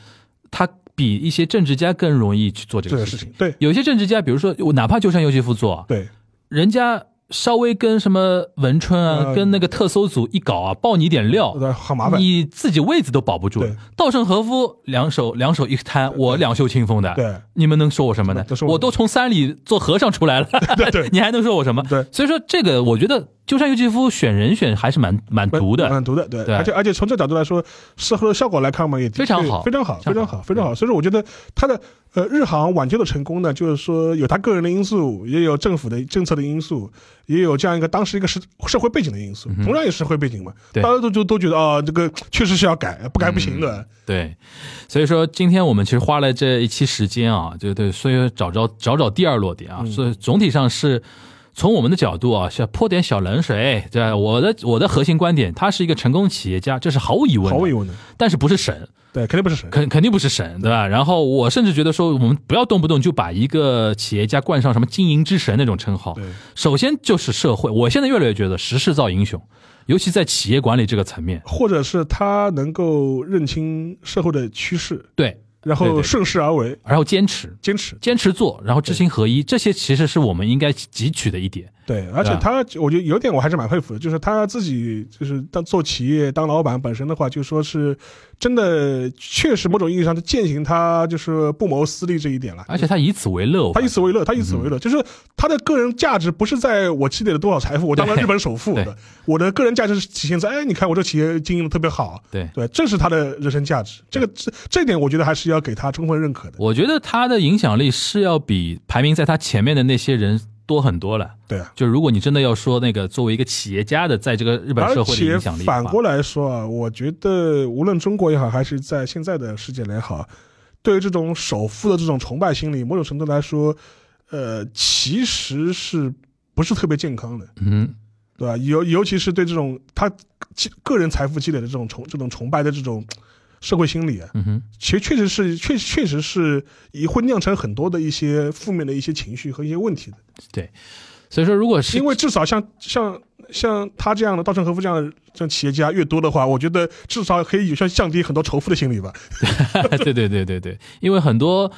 他比一些政治家更容易去做这这个个事事情情。，对有些政治家，比如说我哪怕鸠山由纪夫做啊，对人家稍微跟什么文春啊，嗯跟那个特搜组一搞啊，爆你点料，呃，好麻烦。你自己位子都保不住对。稻盛和夫两手两手一摊，我两袖清风的，对你们能说我什么呢都？说我我都从山里做和尚出来了， 对对 你还能说我什么？对所以说这个我觉得鸠山由纪夫选人选还是蛮蛮毒的，嗯，毒的，对，对而且而且从这角度来说，事后的效果来看嘛，也的确非常好非常好，非常非常好嗯好，非常好。所以说，我觉得他的呃日航挽救的成功呢，就是说有他个人的因素，也有政府的政策的因素，也有这样一个当时一个社社会背景的因素，同样也是社会背景嘛，嗯对大家都都都觉得啊、这个确实是要改，不改不行的。对。所以说今天我们其实花了这一期时间啊，就对，所以说找找找找第二落点嗯啊，所以总体上是。从我们的角度啊，是要泼点小冷水。这我的我的核心观点，他是一个成功企业家，这是毫无疑问嗯的。毫无疑问的，但是不是神，对，肯定不是神。肯肯定不是神，对吧？然后我甚至觉得说，我们不要动不动就把一个企业家冠上什么经营之神那种称号对。首先就是社会，我现在越来越觉得时势造英雄，尤其在企业管理这个层面，或者是他能够认清社会的趋势，对，对对然后对顺势而为，然后坚持。坚持。坚持做，然后知行合一，这些其实是我们应该汲取的一点。对，而且对啊他，我觉得有点我还是蛮佩服的，就是他自己就是当做企业当老板本身的话，就说是真的，确实某种意义上是践行他就是不谋私利这一点了。而且他以此为乐，我发他以现此为乐，他以此为乐，就是他的个人价值不是在我积累了多少财富，我当了对日本首富对的，我的个人价值是体现在，哎，你看我这企业经营的特别好，对对，这是他的人生价值，这个这这一点我觉得还是要给他充分认可的，我觉得他的影响力是要比排名在他前面的那些人多很多了。对啊。就如果你真的要说那个作为一个企业家的，在这个日本而社会的且影响力的话，反过来说啊，我觉得无论中国也好，还是在现在的世界也好，对于这种首富的这种崇拜心理，某种程度来说，呃，其实是不是特别健康的？嗯，对吧？尤尤其是对这种他积个人财富积累的这种崇这种崇拜的这种社会心理啊，嗯哼，其实确实是确确实是也会酿成很多的一些负面的一些情绪和一些问题的。对。所以说，如果是因为至少像像像他这样的稻盛和夫这样的这样企业家越多的话，我觉得至少可以有效降低很多仇富的心理吧。 对对对对对，因为很多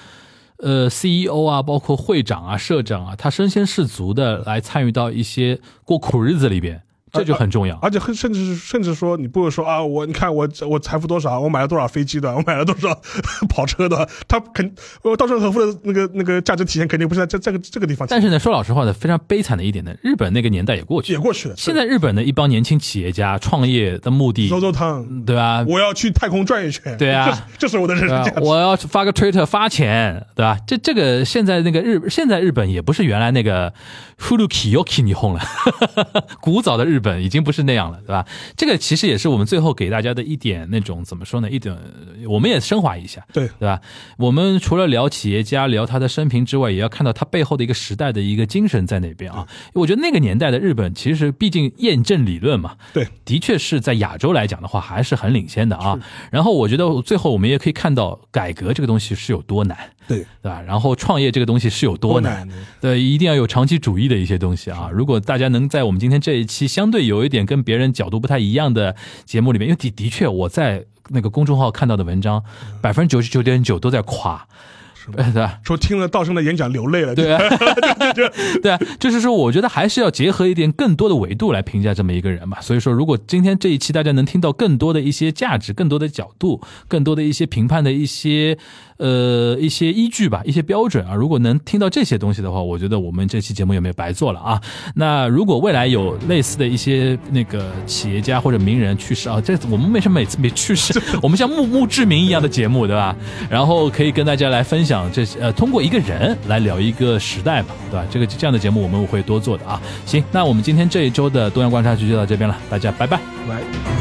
呃 CEO 啊，包括会长啊、社长啊，他身先士卒的来参与到一些过苦日子里边，这呃就很重要。而且很甚至是甚至说，你不会说啊，我你看我我财富多少，我买了多少飞机的，我买了多少 跑车的，他肯呃稻盛和夫的那个那个价值体现肯定不是在这这个这个地方体现的。但是呢，说老实话呢，非常悲惨的一点呢，日本那个年代也过去也了。过去了。现在日本的一帮年轻企业家创业的目的，揉揉汤，对啊吧？我要去太空转一圈。嗯对啊这是这是我的人对生吧价？值。我要发个 Twitter 发钱，对吧？这这个现在那个日现在日本也不是原来那个 Furuki Yoki 你哄了， 古早的日本已经不是那样了，对吧？这个其实也是我们最后给大家的一点那种怎么说呢？一点呃我们也升华一下，对对吧？我们除了聊企业家、聊他的生平之外，也要看到他背后的一个时代的一个精神在那边啊。我觉得那个年代的日本，其实毕竟验证理论嘛，对，的确是在亚洲来讲的话，还是很领先的啊。然后我觉得最后我们也可以看到，改革这个东西是有多难，对，对吧？然后创业这个东西是有多难，难呢。对，一定要有长期主义的一些东西啊。如果大家能在我们今天这一期相对有一点跟别人角度不太一样的节目里面，因为的的确我在那个公众号看到的文章，百分之九十九点九都在夸，嗯是 吧？说听了道生的演讲流泪了。对啊， 对啊，就是说，我觉得还是要结合一点更多的维度来评价这么一个人嘛。所以说，如果今天这一期大家能听到更多的一些价值、更多的角度、更多的一些评判的一些呃一些依据吧、一些标准啊，如果能听到这些东西的话，我觉得我们这期节目也没有白做了啊。那如果未来有类似的一些那个企业家或者名人去世啊，这我们为什么每次没去世？我们像墓墓志铭一样的节目，对吧？然后可以跟大家来分享这些呃，通过一个人来聊一个时代吧，对吧？这个这样的节目我们会多做的啊。行，那我们今天这一周的东阳观察局就到这边了，大家拜拜。来。